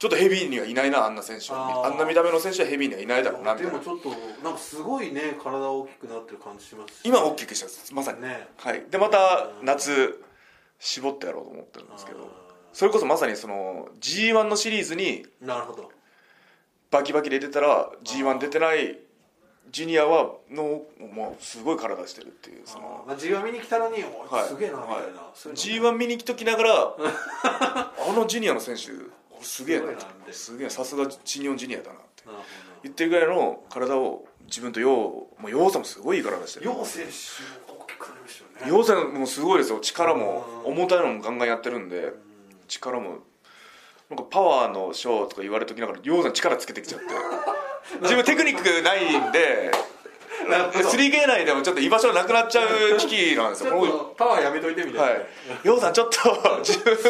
ちょっとヘビーにはいないなあんな選手はああーんな見た目の選手はヘビーにはいないだろうなみでたいもなちょっとなんかすごいね体大きくなってる感じしますし今大きくしたんですまさにねはい、でまた夏絞ってやろうと思ってるんですけどそれこそまさにその g 1のシリーズにあーなるほどバキバキで出てたら g 1出てないジュニアはのもうすごい体してるっていうそのあー G1 見に来たのにおいはいすげえなみたいな、はそういうの g 1見に来ときなが らあのジュニアの選手俺すげえなすごいなみたいなすげえなさすが新日本ジュニアだなってなるほ言ってるぐらいの体を自分とようもうようさんもすごいいい体してるど。楊選手も大きくなりましたよね。要塞もすごいですよ力もうん重たいのもガンガンやってるんで力もなんかパワーのショーとか言われときながら要塞力つけてき ちゃって自分テクニックないんでなるほど 3K 内でもちょっと居場所なくなっちゃう危機なんですちよょっとパワーやめといてみたはいな。い要塞ちょっ と自分の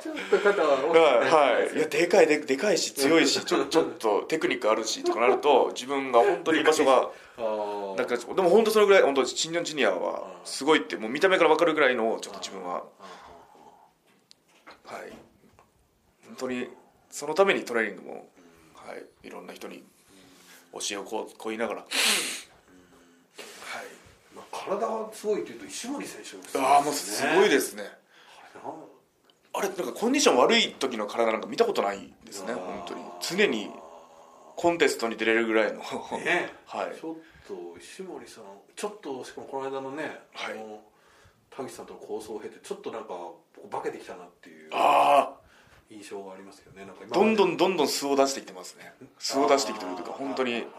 ちょっと肩は大きくなりましたはい、はい、いやでかいででかいし強いしちょちょっとテクニックあるしとかなると自分が本当に居場所があーなんかでも本当それぐらい本当新日本ジュニアはすごいってもう見た目から分かるぐらいのちょっと自分ははい本当にそのためにトレーニングもはいいろんな人に教えをこうこう言いながらはいまあ体がすごいっていうと石森選手もすごいですね。ああもうすごいですねなんあれなんかコンディション悪い時の体なんか見たことないですねあー本当に常にコンテストに出れるぐらいのね、はいちょっと石森さんちょっとしかもこの間のね、はいあの田口さんとの構想を経てちょっとなんか化けてきたなっていうああ印象がありますけどねなんか今まどでんどんどんどん素を出してきてますね素を出してきてるというかあー本当はいにはいはい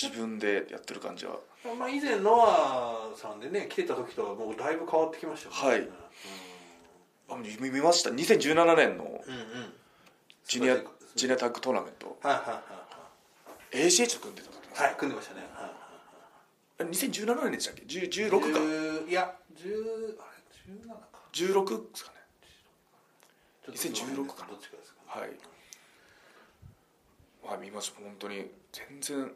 自分でやってる感じはまあ、以前ノアさんでね来てた時とはもうだいぶ変わってきましたよねはいあ見見ました2017年のうん、うんうんジュニアはいジュニアタッグトーナメントはいはい ACH と組んでた時はいはい組んでましたね、はいはいえ2017年でしたっけ10 16か10いや10あれ17か16ですかねちょっと2016かなどっちかですか、はいまあ見ました本当に全然い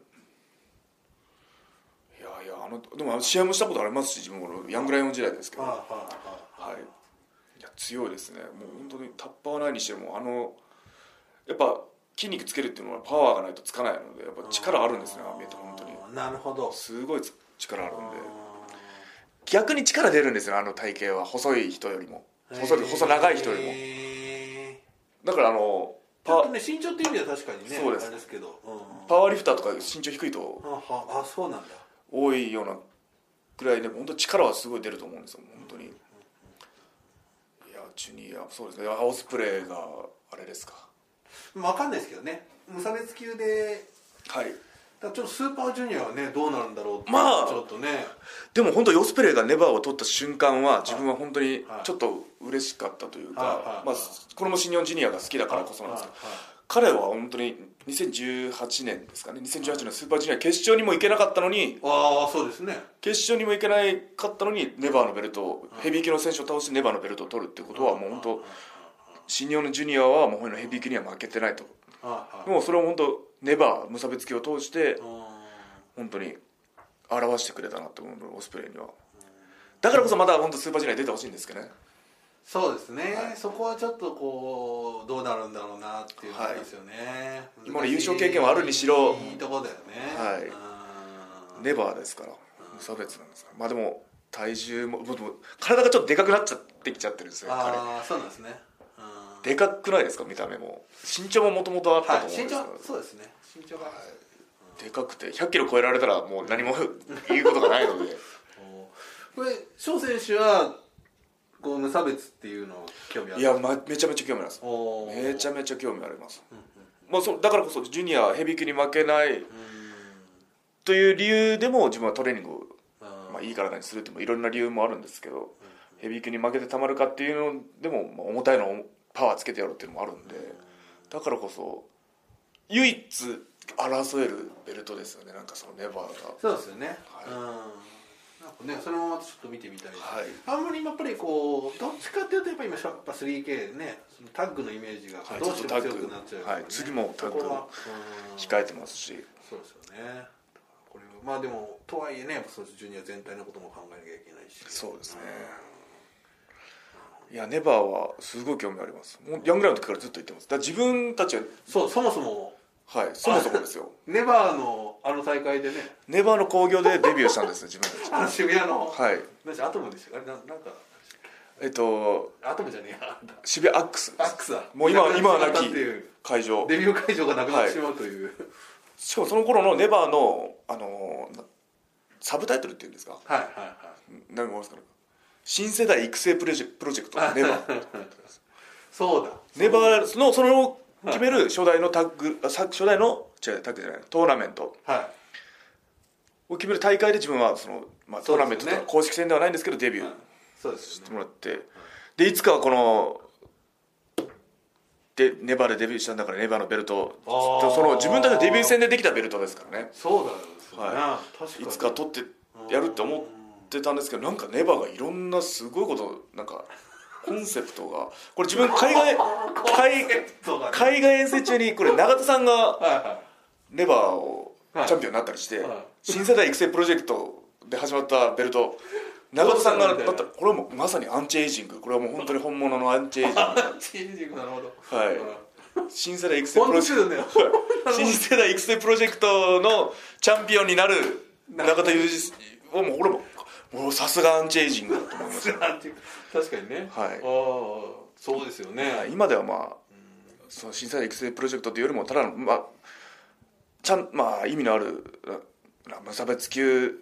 やいやあのでも試合もしたことありますし自分もヤングライオン時代ですけどはいははいはいはいいいや強いですねもう本当にタッパーはないにしてもあのやっぱ筋肉つけるっていうのはパワーがないとつかないのでやっぱ力あるんですねアメって本当にになるほどすごいつ力あるんあでー逆に力出るんですよあの体型は細い人よりも細い細長い人よりもへーだからあのちょっパとね身長っていう意味では確かにねそうですあれですけど、うんパワーリフターとか身長低いとあはあそうなんだ多いようなぐらいでも本当力はすごい出ると思うんですよ本当にいやジュニアそうですねオスプレイがあれですか分かんないですけどね無差別級ではいだからちょっとスーパージュニアはねどうなるんだろうってまあちょっとねでも本当にオスプレイがネバーを取った瞬間は自分は本当にはいちょっと嬉しかったというはいはいはかいまあこれも新日本ジュニアが好きだからこそなんですけどはいはい彼は本当に2018年ですかね2018年のスーパージュニア決勝にも行けなかったのにああそうですね決勝にも行けないかったのにネバーのベルトをヘビー級の選手を倒してネバーのベルトを取るってことはもう本当新日本のジュニアはもうこのヘビー級には負けてないとはいはいもうそれを本当ネバー無差別級を通してうん本当に表してくれたなと思うオスプレイにはだからこそまた本当スーパージュニアに出てほしいんですけどねそうですね、はいそこはちょっとこうどうなるんだろうなっていうことですよね、い今の優勝経験はあるにしろいいとこだよねはいうんネバーですから無差別なんですからまあでも体重ももうでも体がちょっとでかくなっちゃってきちゃってるんですよ彼ああそうなんですね、うんでかくないですか見た目も身長ももともとあったと思はうんでい、すけ身ど、長そうですね身長が、でかくて100キロ超えられたらもう何も 言うことがないのでおーこれ翔選手はこう無差別っていうのを興味あるいや、ま、めちゃめちゃ興味ありますおーめちゃめちゃ興味あります、まあ、そうだからこそジュニアヘビー級に負けないという理由でも自分はトレーニングを、うんまあ、いい体にするってもいろんな理由もあるんですけどヘビー級に負けてたまるかっていうのでも、まあ、重たいのをパワーつけてやろうっていうのもあるんでだからこそ唯一争えるベルトですよねなんかそのネバーがそうですよね、はいうんなんかねそれもちょっと見てみたいです、はいあんまり今やっぱりこうどっちかっていうとやっぱ今やっぱ 3K ねそのタッグのイメージがはいどうしても強くなっちゃうからねはい次もタッグそこはうん控えてますしそうですよねだからこれはまあでもとはいえねやっぱそうジュニア全体のことも考えなきゃいけないしそうですねいやネバーはすごい興味ありますもうヤングライオンの時からずっと言ってますだから自分たちはそうそもそもはいそもそもですよ ネバーのあの大会でねネバーの興行でデビューしたんですよ自分たちあの渋谷の、はいなんかアトムでしたあれななんかえっとアトムじゃねえや渋谷アックスアックスだもう今なく今は ななっちまったきっていう会場デビュー会場がなくなってしまうという、しかもその頃のネバーのあのなサブタイトルっていうんですかはいはいはい何か思いますかね新世代育成プロジェプロジェクトネバーそうだネバーのそれを決める初代のタッグあさ初代の違うタッグじゃないトーナメントはを決める大会で自分はその、まあ、トそうーですよねナメントとか公式戦ではないんですけどデビい、ュはいーそうですよしてねもらってでいつかはこのでネバーでデビューしたんだからネバーのベルトあーその自分たちのデビュー戦でできたベルトですからねそうだよですよね、は確かいにつか取ってやるって思ってたんですけどなんかネバーがいろんなすごいことなんかコンセプトがこれ自分海外海そうだね海外遠征中にこれ永田さんがはいはレバーをチはいャンピオンになったりして、はい新世代育成プロジェクトで始まったベルト 長田さんがどうしただのったこれはもうまさにアンチエイジングこれはもう本当に本物のアンチエイジングいチージングなるほどはい新世代育成プ本ロ当ジェそうだよねク ト新世代育成プロジェクトのチャンピオンになる中田裕二をもう俺ももうさすがアンチエイジングだと思いま した確かにねはいああそうですよね今ではまあその審査育成プロジェクトというよりもただの、まあ、ちゃんまあ意味のあるあ無差別級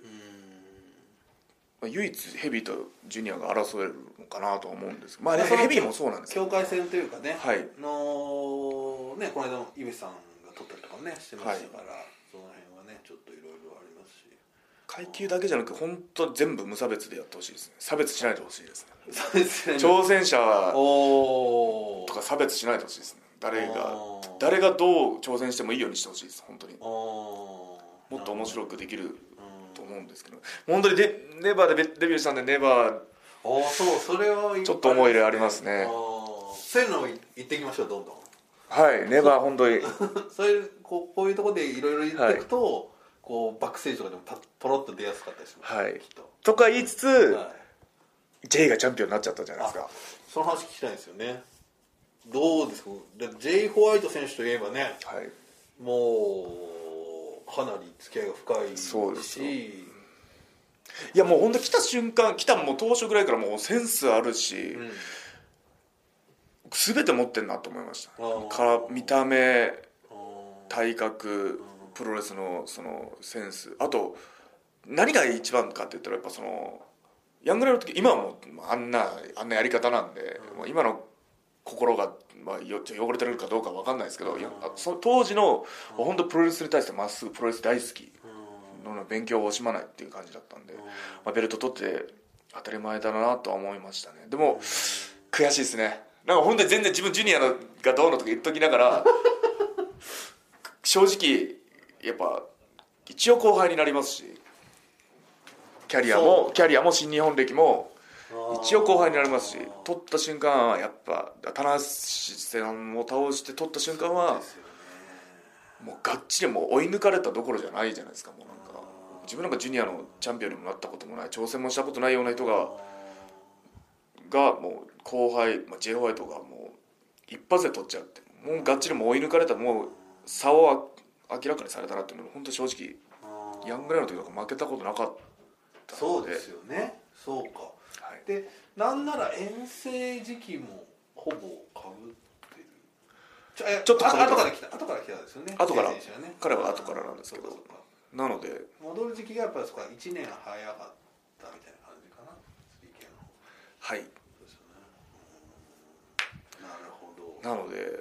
唯一ヘビーとジュニアが争えるのかなとは思うんですけどまあ、ね、そのヘビーもそうなんですけど境界線というかね、はいのねこの間もイベさんが撮ったりとかもねしてましたから、その辺はねちょっっといろいろありますし階級だけじゃなく本当全部無差別でやってほしいですね差別しないでほしいですねそうですね挑戦者おとーか差別しないでほしいですね誰あがー誰がどう挑戦してもいいようにしてほしいです本当にあーもっと面白くできるとう思うんですけど本当にでネバーでデデビューしたんでネバーんああそうそれはちょっと思い入れありますねあーそういうのをい行っていきましょうどん どんはいネバー本当にそういうこうこういうところでいろいろ言っていくと、こうバックステージとかでもたポロッと出やすかったりします、はいきっと、とか言いつつ、はい J がチャンピオンになっちゃったじゃないですかその話聞きたいんですよねどうですかで J. ホワイト選手といえばねはいもうかなり付き合いが深いしそうですよいやもう本当来た瞬間来たもう当初ぐらいからもうセンスあるし、うん全て持ってんなと思いましたあーから見た目あー体格プロレスのそのセンスあと何が一番かって言ったらやっぱそのヤングライオンの時今はもうまああんなあんなやり方なんで、もう今の心が、まあ、よちょ汚れてるかどうかわかんないですけど、いやあそ当時の本当プロレスに対してまっすぐプロレス大好きのの勉強を惜しまないっていう感じだったんで、まあ、ベルト取って当たり前だなとは思いましたねでも悔しいですねなんか本当に全然自分ジュニアのがどうのとか言っときながら正直やっぱ一応後輩になりますしキャリアそもキャリアも新日本歴もあー一応後輩になりますし取った瞬間はやっぱ棚橋さんを倒して取った瞬間はですよねもうがっちりもう追い抜かれたどころじゃないじゃないですかもうなんか自分なんかジュニアのチャンピオンにもなったこともない挑戦もしたことないような人ががもう後輩、まあ、J ホワイトがもう一発で取っちゃうってもうがっちりもう追い抜かれたもう差をあ明らかにされたなっていうのは本当正直あーヤングライオンの時とか負けたことなかったそのうですよねそうかはいでなんなら遠征時期もほぼかぶってるちょえちょっと被ってあます後から来た後から来たんですよね後から選手はね彼は後からなんですけどそうかそうかなので戻る時期がやっぱりそこは1年早かったみたいな感じかな次元の方はいですよねうんなるほどなので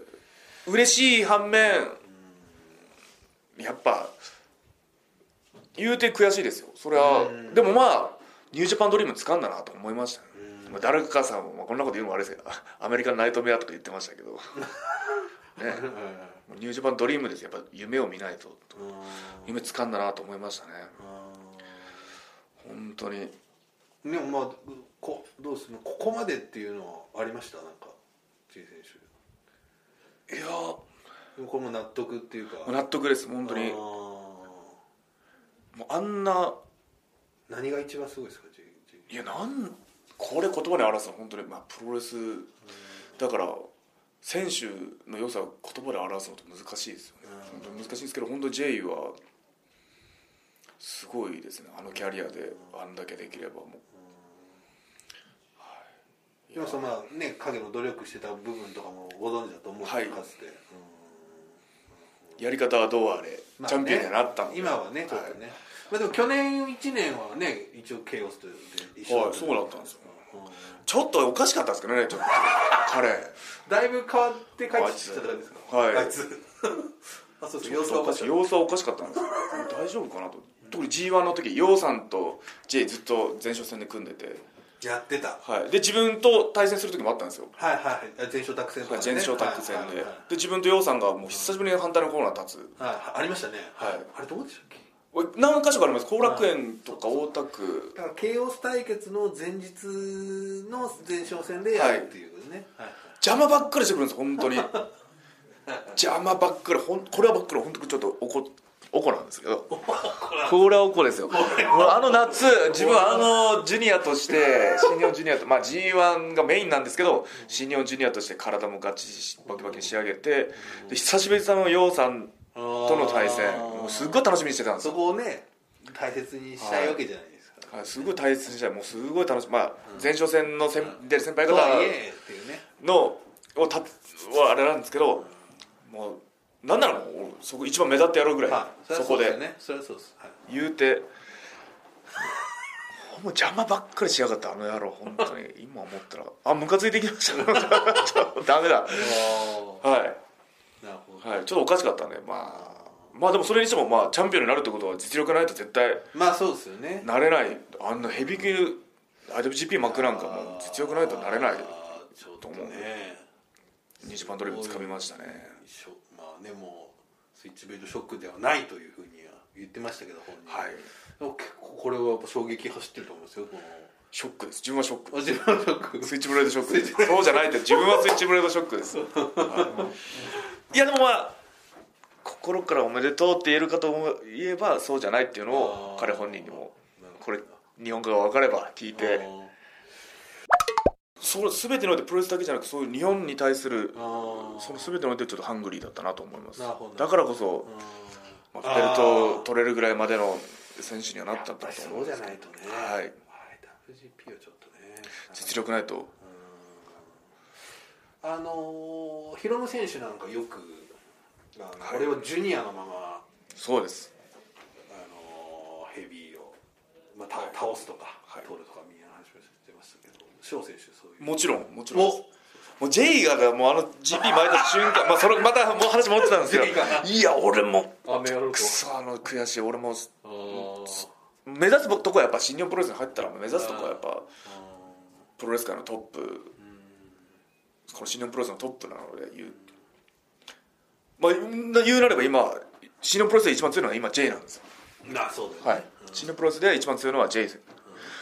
嬉しい反面やっぱ言うて悔しいですよそれはうんでもまあニュージャパンドリーム掴んだなと思いましたねうんまあ誰かさんも、まあこんなこと言うのもあれですけど アメリカのナイトメアとか言ってましたけどねニュージャパンドリームですやっぱ夢を見ないととうん夢掴んだなと思いましたね本当にうんでもまあこどうするのここまでっていうのはありましたなんか陳選手いやーでもこれも納得っていうか納得です本当にもあうあんなー何が一番すごいですか J- J- いやなんこれ言葉に表すの本当にまあプロレスだから選手の良さを言葉で表すのって難しいですよねうん本当に難しいんですけど本当 J はすごいですねあのキャリアであんだけできればもでもそのまあね影の努力してた部分とかもご存知だと思うはいかつて、うんうやり方はどうあれ、まあねチャンピオンにはなったので今はねちょっとはいね、まあ、でも去年1年はね一応ケイオスとで一緒はいそうだったんですようんちょっとおかしかったんですけど ねちょっと彼だいぶ変わって帰ってきたじゃないですかはいあいつ あそうそう様子がおかしい様子はおかしかったんですよ大丈夫かなと特に G1 の時楊さんと J ずっと前哨戦で組んでてやってたはいはい、で自分と対戦する時もあったんですよ、はいあ全勝託戦とかはねい、前哨タッグ戦で、はいはいはいで自分と楊さんがもう久しぶりに反対のコーナー立つはいありましたねはいあれどうでしたっけおい何箇所かあります後楽園とか大田区だから KO 対決の前日の前哨戦でやるっていうことね、はい邪魔ばっかりしてくるんです本 当に邪魔ばっかりほんこれはばっかり本当にちょっとおこおこなんですけどこれはおこですよもうあの夏自分はあのジュニアとして新日本ジュニアとまあ G1 がメインなんですけど新日本ジュニアとして体もガチしバキバキに仕上げてで久しぶりにの楊さんとの対戦もうすっごい楽しみにしてたんですそよ、こをね大切にしたいわけじゃないですか、はい、すごい大切にしたいもうすごい楽しみまあ前哨戦の先で先輩と方はいえっていうねのをたはあれなんですけどもうなんならもう俺そこ一番目立ってやろうぐらい、はいそこれはでうすよねそれはそうです、はい言うてもう邪魔ばっかりしやがったあの野郎本 当に今思ったらあムカついてきましたちょっとダメだあはいーなるほど、はい、ちょっとおかしかったねまあまあでもそれにしてもまあチャンピオンになるってことは実力がないと絶対まあそうですよねなれないあんなヘビー級 IWGP 幕なんかも実力ないとなれないあーちょっとねニュージャパンドリームつかみましたねしょまあねもうスイッチベイドショックではないというふうには言ってましたけど本人はいでも結構これはやっぱ衝撃走ってると思うんですよこのショックです自分はショックあ自分のショックスイッチブレードショックですそうじゃないって自分はスイッチブレードショックです、はい、いやでもまあ心からおめでとうって言えるかと思え言えばそうじゃないっていうのをあー彼本人にもなるほこどれ日本語が分かれば聞いてその全てにおいてプロレスだけじゃなくそういう日本に対するあーその全てにおいてちょっとハングリーだったなと思いますなるほどだからこそ、あまーあ、ベルトを取れるぐらいまでの選手にはなったんだと思そううじゃないとねはい WGP はちょっとね実力ないとあのー、ヒロム選手なんかよくあの、はい俺はジュニアのまま、そうですあのーヘビーを、まあ、倒倒すとか、取るとかみんな話をしてましたけど翔選手そういうもちろんもちろんですおもう J がねもうあの GP 巻いた瞬間まあそれまたもう話戻ってたんですけど J がいや俺もあメガロルくそあの悔しい俺もあー目指すとこはやっぱ新日本プロレスに入ったら目指すとこはやっぱプロレス界のトップこの新日本プロレスのトップなので言うまあ言うなれば今新日本プロレスで一番強いのは今 J なんですようんなそうだよね、はい、チームプロレスで一番強いのは J、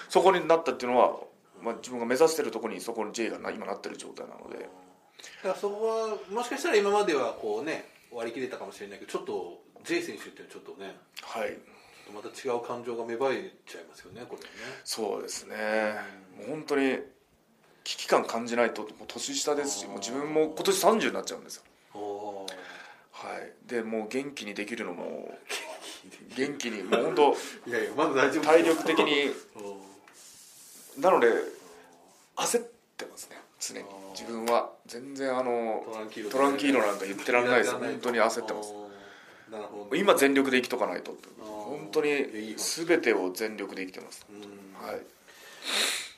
そこになったっていうのは、まあ、自分が目指してるところにそこに J がな今なってる状態なのでだからそこはもしかしたら今まではこうね割り切れたかもしれないけどちょっと J 選手っていうのはちょっとねはいちょっとまた違う感情が芽生えちゃいますよねこれねそうですねもう本当に危機感感じないともう年下ですしもう自分も今年30になっちゃうんですよおーはいでもう元気にできるのも元気にもう本当いやいやまだ大丈夫体力的におーなので焦ってますね常に自分は全然あのトランキーロトランキーノなんか言ってられないですよ本当に焦ってますあーなるほど今全力で生きとかないとってあー本当に全てを全力で生きてますうんはい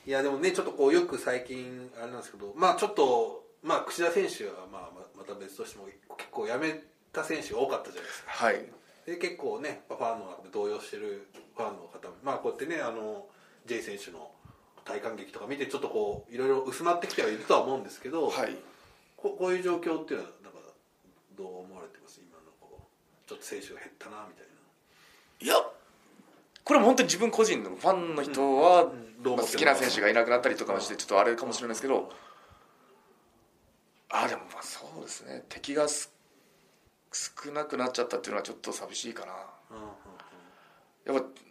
いやでもねちょっとこうよく最近あれなんですけどまあちょっとまあ櫛田選手はまあままた別としても結構やめた選手が多かったじゃないですかはいで結構ねファンの動揺してるファンの方もまあこうやってねあの J 選手の体感劇とか見てちょっとこういろいろ薄まってきてはいるとは思うんですけど、はいここういう状況っていうのはなんかどう思われてます今のこうちょっと選手が減ったなみたいないやこれも本当に自分個人のファンの人は、うんうんどうま思あ好ってるきな選手がいなくなったりとかもしてちょっとあれかもしれないですけどあーでもまあそうですね敵がす少なくなっちゃったっていうのはちょっと寂しいかなうんうんうんやっぱ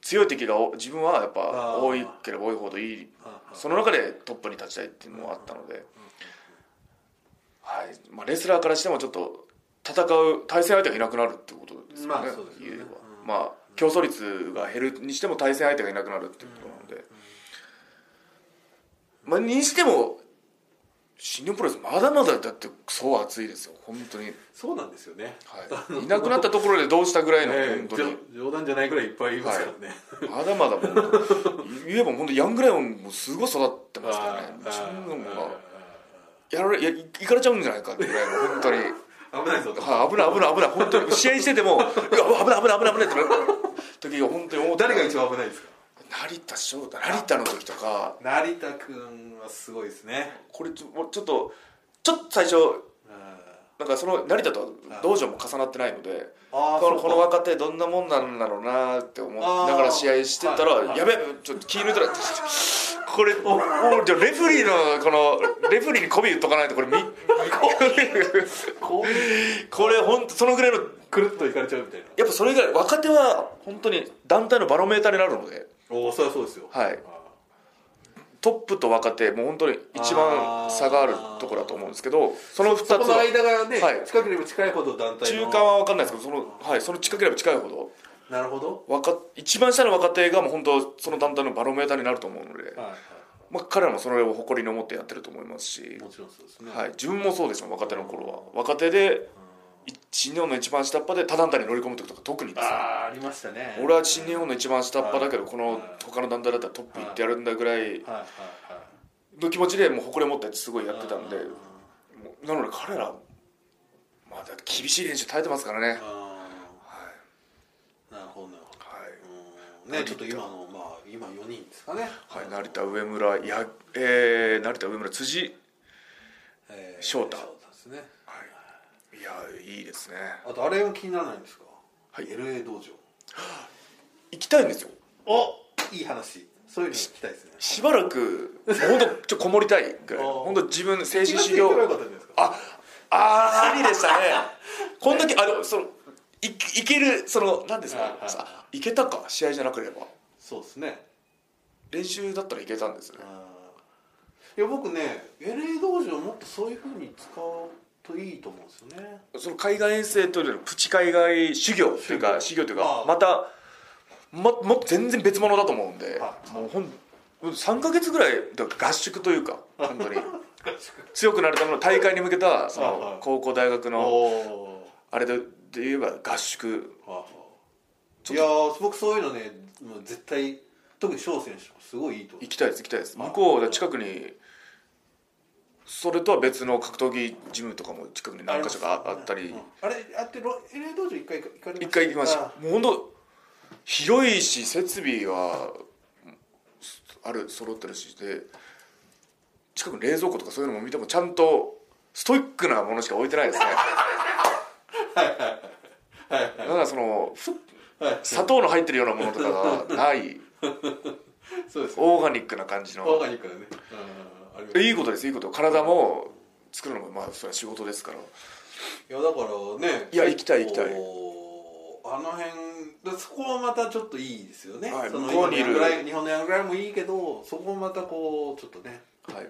強い敵がお自分はやっぱあー多いければ多いほどいいああその中でトップに立ちたいっていうのもあったので、はいまあ、レスラーからしてもちょっと戦う対戦相手がいなくなるってことですよね,、まあそうですよね言えばうんまあ、競争率が減るにしても対戦相手がいなくなるっていうことなので、まあ、にしても新日本プロレスまだまだだってそう熱いですよ本当に、そうなんですよね はい、いなくなったところでどうしたぐらいの、ね本当に。冗冗談じゃないぐらいいっぱいいますからね、まだまだもう言えば本当ヤングライオンもすごい育ってますからねあチーングンあーがやられいやいいかれちゃうんじゃないかってぐらいの本当に、あー危な いぞとはい、危ない危ない危ない本当に試合しててもうわ危ない危ない危ない危ないってなる時が本当に思って誰が一番危ないですか成田翔太成田の時とか成田君はすごいですねこれちょちょっとちょっと最初なんかその成田とは道場も重なってないのであこのこの若手どんなもんなんだろうなって思あっーてだから試合してたら、はいはいやべえちょっと気抜いたら これおおじゃあレフェリーのこのレフェリーに媚び言っとかないとこれ みこうこれ本当そのぐらいのくるっといかれちゃうみたいなやっぱそれぐらい若手は本当に団体のバロメーターになるのでおおそりゃそうですよはいあトップと若手もう本当に一番差があるところだと思うんですけどその2ーつそはこの間がね、はい近ければ近いほど団体中の間は分かんないですけどその,、はい、その近ければ近いほどなるほど若一番下の若手がもう本当その団体のバロメーターになると思うので。はいはまあ、彼らもそれを誇りに思ってやってると思いますしい、もちろんそうですね、はい、自分もそうでしょ若手の頃は若手でい新日本の一番下っ端で他団体に乗り込む時とか特にですねああーありましたね俺は新日本の一番下っ端だけどこのはい他の団体だったらトップ行ってやるんだぐらいはいはいはいの気持ちでもう誇りを持ってすごいやってたんであーもうなので彼らまあだって厳しい練習耐えてますからねあねちょっと今のまあ今4人ですかねはい、成田上村や、えー、成田上村辻えー翔太ですねはいいやいいですねあとあれは気にならないんですかはい LA 道場行きたいんですよおいい話そういうの聞きたいですねしばらく本当ちょっとこもりたいぐらいあー本当自分精一神番修行けばよ行かったんじゃないですかああありでしたね こんだけあのそのいいけるその何ですはいかはいさいけたか試合じゃなければそうですね練習だったらいけたんですねあーいや僕ね LA 道場もっとそういうふうに使うといいと思うんですよねその海外遠征というよりプチ海外修行というか修修行というあかあまたまもっと全然別物だと思うんであもうほん3か月ぐらいだから合宿というか本当に強くなるための大会に向けたそああの高校大学おのおあれでで言えば合宿はあ、いやー僕そういうのねもう絶対特に翔選手もすごいいいと思う行きたいです行きたいですあ向こうで近くにそれとは別の格闘技ジムとかも近くに何か所かああったりうんあれあってロ LA 道場一回行かれました一回行きましたあもう本当広いし設備はある揃ってるしで近くに冷蔵庫とかそういうのも見てもちゃんとストイックなものしか置いてないですねだからそのふはい砂糖の入ってるようなものとかがないそうですオーガニックな感じオーのガニックだねあーありがとういいいことですいいこと体も作るのもまあそれは仕事ですからやだからねいや行きたい行きたいこうあの辺だそこはまたちょっといいですよね、はいその向こうにいる今のヤングライオン日本のヤングライオンもいいけどそこもまたこうちょっとねはい、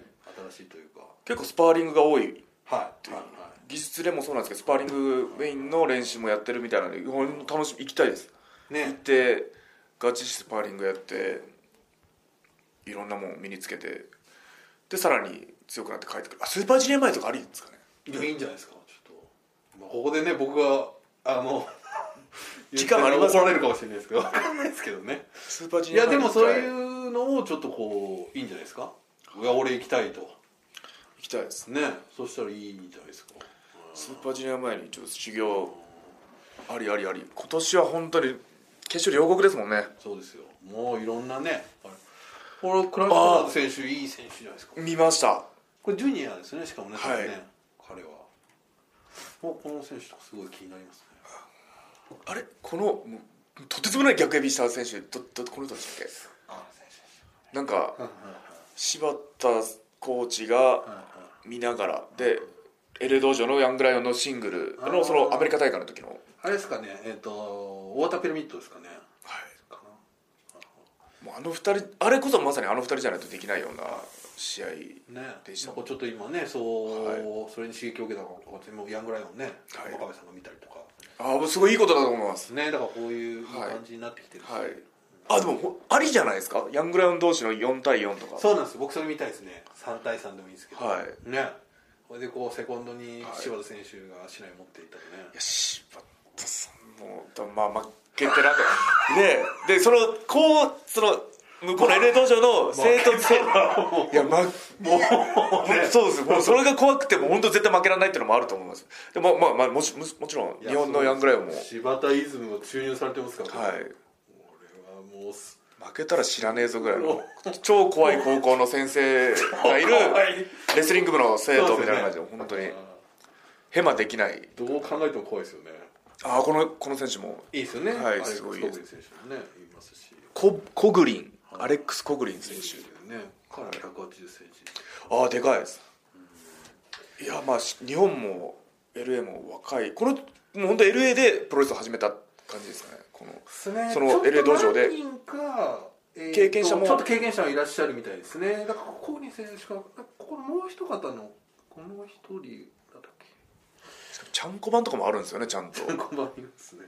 新しいというか結構スパーリングが多いはいはいはい技術でもそうなんですけどスパーリングメインの練習もやってるみたいなのでほんと楽しみ行きたいです行っねてガチスパーリングやっていろんなもん身につけてでさらに強くなって帰ってくるあスーパージュニア前とかありですかねいやいいんじゃないですかちょっと、まあ、ここでね僕があの 時間あります言ったら怒られるかもしれないですけど分かんないですけどねスーパージュいニアやでもそういううのをちょっとこういいんじゃないですかいや俺行きたいと行きたいですねねそしたらいいんじゃないですかスーパージュニア前にちょっと修行ありありあり今年は本当に決勝両国ですもんねそうですよもういろんなねあれこれクランクラウド選手いい選手じゃないですか見ましたこれジュニアですねしかもね,、はいね彼はもうこの選手とかすごい気になりますねあれこのもうとてつもない逆エビした選手どどこの人でしたっあ選手けなんかはいはい柴田コーチがはいはい見ながらで LA 道場のヤングライオンのシングルあーのそのアメリカ大会の時の、はい、あれですかね、えっ、と、ウォーターピラミッドですかね。かもうあの二人あれこそまさにあの二人じゃないとできないような試合なね、でしたまあこうちょっと今ね、そう、はいそれに刺激を受けたのか、もうヤングライオンね、はい岡部さんが見たりとか。ああすごいいいことだと思いますね、だから、こういうはい感じになってきてるし、はいあでもほありじゃないですかヤングライオン同士の4対4とかそうなんです、僕それ見たいですね、三対三でもいいですけど。はいね、これでこうセコンドにはい柴田選手が市内持っていったりね。いや柴田さんもだまあ負けてなんかねでそのこうその向こうの LA 道場の生徒生いや、ま、もう、そうですもうそれが怖くてもう本当絶対負けられないっていうのもあると思いますでもまあまあもしもしもちろんい や日本のヤングライオンも、そはうです柴田イズムが注入されてますから、い、これはもうす負けたら知らねえぞぐらい の超怖い高校の先生がいる怖いレスリング部の生徒みたいな感じで本当にあヘマできないーどう考えても怖いですよねああこのこの選手もいいですよね。はいアレックスすごいコでブすリン選手もね、いますし。ココグリンアレックス・コグリン選手手ね。彼180センチ。ああでかいですいやまあし日本も LA も若いこのもう本当 LA でプロレスを始めた感じですかねこのそねその LA 道場で何人か、えーと経験者もちょっと経験者もいらっしゃるみたいですね。だからここに選手が、ここのもう一方のこの一人だったっけ。ちゃんこ版とかもあるんですよねちゃんとこんばんはですね。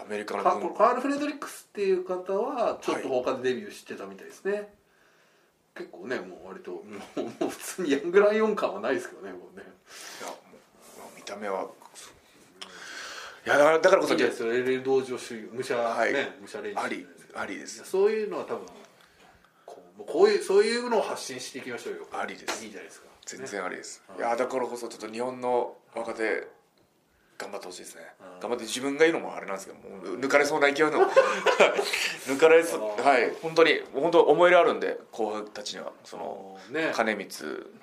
アメリカのカ文カール・フレドリックスっていう方はちょっと他でデビューしてたみたいですね、結構ねもう割ともうもう普通にヤングライオン感はないですけどねもうねいやもうもう見た目はいやだからだからこそいいですよ LL 道場主義武者、はいね武者練習ありありでいすやそういうのは多分こうもうこういうそういうのを発信していきましょうよありですいいじゃないですか全然ありです、いやだからこそちょっと日本の若手頑張ってほしいですねうん頑張って自分が言うのもあれなんですけどもう抜かれそうな勢い の抜かれそうあーはい本当に本当思い入れあるんで後輩たちにはそのそうね金光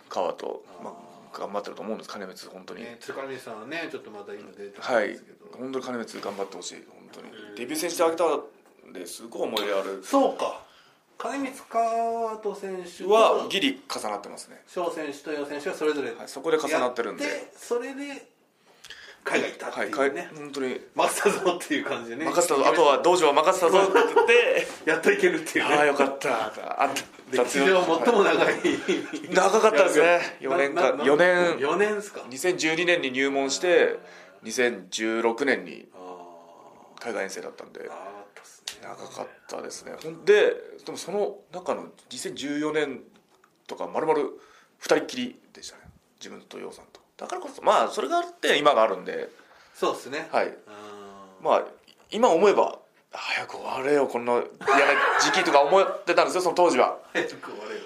川と、まああ、頑張ってると思うんです金光本当に、ね塚見さんはねちょっとまた今出てたはんでいすけど、本当に金光頑張ってほしい本当にうんデビュー戦してあげたんですごい思い入れあるそうか金光川人選手はギリ重なってますね、翔選手と楊選手はそれぞれはい、そこで重なってるんでやっ。てそれで海外行ったってはい、いかいうね本当に任せたぞっていう感じでね任せたぞあとは道場は任せ たぞって言ってやっといけるっていうああねよかったあった歴史上最も長い長かったですね4年間4年4年ですか2012年に入門して2016年にあー海外遠征だったんで長かったっすね長かったですねほんででもその中の2014年とかまるまる二人っきりでしたね自分と陽さんとだからこそまあそれがあって今があるんでそうですねはいうんまあ今思えば早く終われよこんな嫌な時期とか思ってたんですよその当時は早く終われよ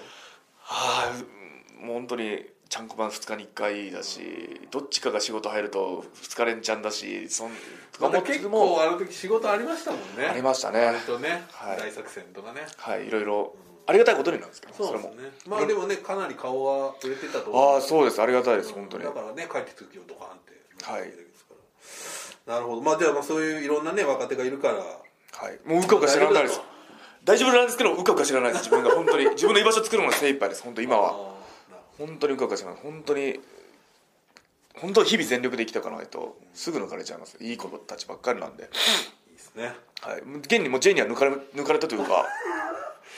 はあうんもう本当にちゃんこ番2日に1回だしどっちかが仕事入ると2日連チャンだしそんとかま思たって結ても構あの時仕事ありましたもんねありましたね割とねはい大作戦とかねはいいろいろありがたいことになんですけどそうですねまあでもねかなり顔は売れてたとあ思うあそうですありがたいです本当にだはからね帰ってきた時をドカーンってなるわけですからなるほどまあではまあそういういろんなね若手がいるからいもううかうか知らないです大丈夫なんですけどうかうか知らないです自分が本当に自分の居場所作るのが精一杯です本当今あはーなるほ本当にうかうか知らない本当に本当日々全力で生きていかないとすぐ抜かれちゃいますいい子たちばっかりなんでどいいですねはい、現にもうジェイには抜かれ抜かれたというか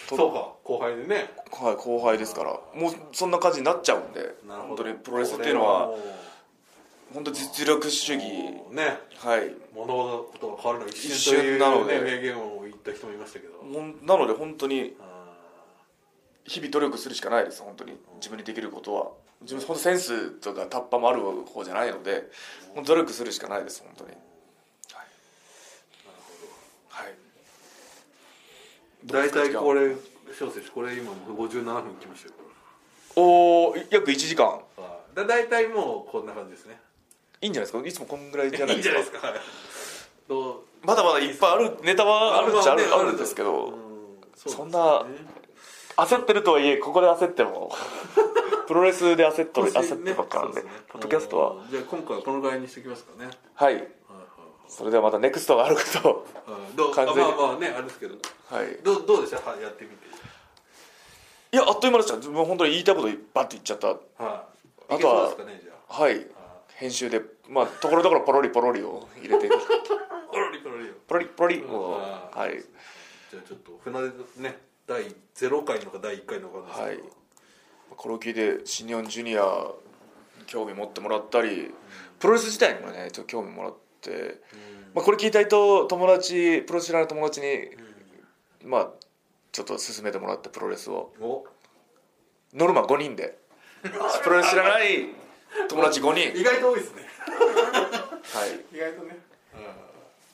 そとうか後輩でねはい、後輩ですからもうそんな感じになっちゃうんでなるほ本ど当にプロレスっていうのはこれもう本当実力主義もうねはい物事が変わるのは一一瞬とい瞬うなのでね名言を言った人もいましたけどもうなので本当にあ日々努力するしかないです本当に自分にできることは自分本当センスとかタッパもある方じゃないのでもう努力するしかないです本当にはい、はい、ー大体これ小説これ今もう57分きましたよおお約1時間はいだ大体もうこんな感じですねいいんじゃないですかいつもこんぐらいじゃいないいんでじすゃかないです かはいどうまだまだいっぱいあるネタはあるっちゃあるまあねあるんですけど、うんそんな焦ってるとはいえここで焦って もプロレスで焦っとる焦ってばっかなんでポッドキャストははじゃあ今回はこのぐらいにしてきますかねはいはいそれではまたネクストがあることをはいはいどう完全にあまあまあねあれですけどはいどうどうでしたはいやってみていやあっという間でしたもう本当に言いたいことバッて言っちゃったはいあとはいけそうですかねじゃあはい編集でまあところどころポロリポロリを入れてポロリポロリよ ポロリポロリうんをあーはいじゃあちょっと船出ね第0回のか第1回のかわかんなはいいですけどこれを聞いてシニオンジュニアに興味持ってもらったりプロレス自体にもねちょっと興味もらって、まあ、これ聞いた人友達プロレス知らない友達にまあちょっと進めてもらってプロレスをうんおノルマ5人で プロレス知らない友達5人意外と多いですねはい、意外とねうんわか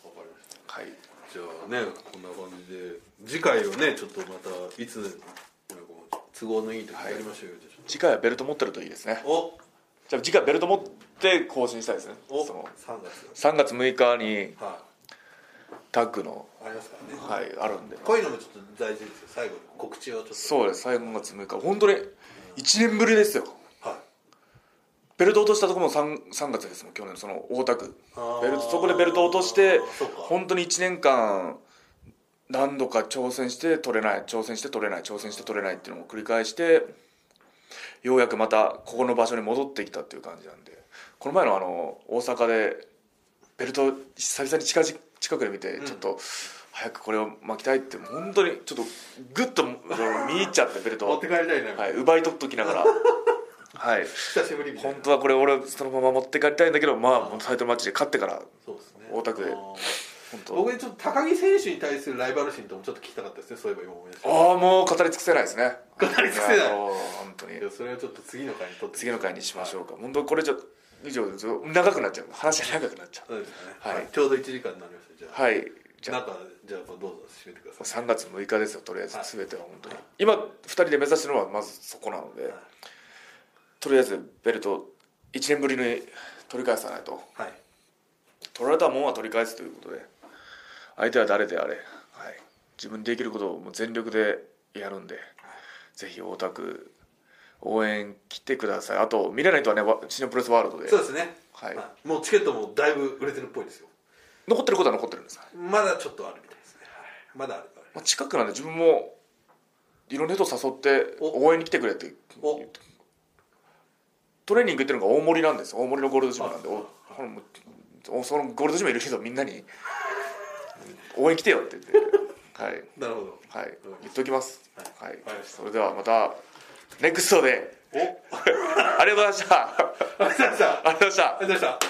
りましたはい、じゃあねこんな感じで次回をねちょっとまたいつなんか都合のいい時やりましょうよ、じゃあち次回はベルト持ってるといいですねょっじゃあ次回ベルト持って更新したいですねとおおその3月3月6日にはタッグのいありますからね、はいあるんでこういうのもちょっと大事ですよ最後に告知をちょっとそうです3月6日本当に1年ぶりですよはいベルト落としたところも 3, 3月ですもん去年その大田区あーベルトそこでベルト落としてそうか本当に1年間何度か挑戦して取れない挑戦して取れない挑戦して取れないっていうのを繰り返してようやくまたここの場所に戻ってきたっていう感じなんでこの前のあの大阪でベルト久々に近じ近くで見てうんちょっと早くこれを巻きたいって本当にちょっとグッと見入っちゃってベルト持 っをて帰りたいな、はい、奪い取っときなが らはい久しぶりみたい本な当はこれ俺そのまま持って帰りたいんだけどまあもうタイトルマッチで勝ってからそうですね大田区であー本当僕ちょっと高木選手に対するライバル心ともちょっと聞きたかったですねそういえば今思 い出したああもう語り尽くせないですね語り尽くせないやもう本当にいやそれはちょっと次の回にとって次の回にしましょうか本当これちょっと以上です長くなっちゃう話が長くなっちゃうそうですね、はいちょうど1時間になりましたじゃあ、はいじゃなんあかじゃあどうぞ締めてください3月6日ですよとりあえずはい全ては本当に今2人で目指してるのはまずそこなのではいとりあえずベルト1年ぶりに取り返さないとはい取られたもんは取り返すということで相手は誰であれ、はい、自分でできることをもう全力でやるんで、ぜひ大田区応援来てくださいあと見れない人はねわシネプロレスワールドでそうですね、はいもうチケットもだいぶ売れてるっぽいですよ残ってることは残ってるんです、まだちょっとあるみたいですね、はいまだあるからまあ、近くなんで自分もいろんな人誘ってお応援に来てくれっておトレーニング行ってるのが大森なんです大森のゴールドジムなんであおこのおそのゴールドジムいるけどみんな に応援来てよって言ってはいなるほどはい言っておきますはい、わかりましたそれではまたネクストでおありがとうございました ありがとうございましたありがとうございましたありがとうございました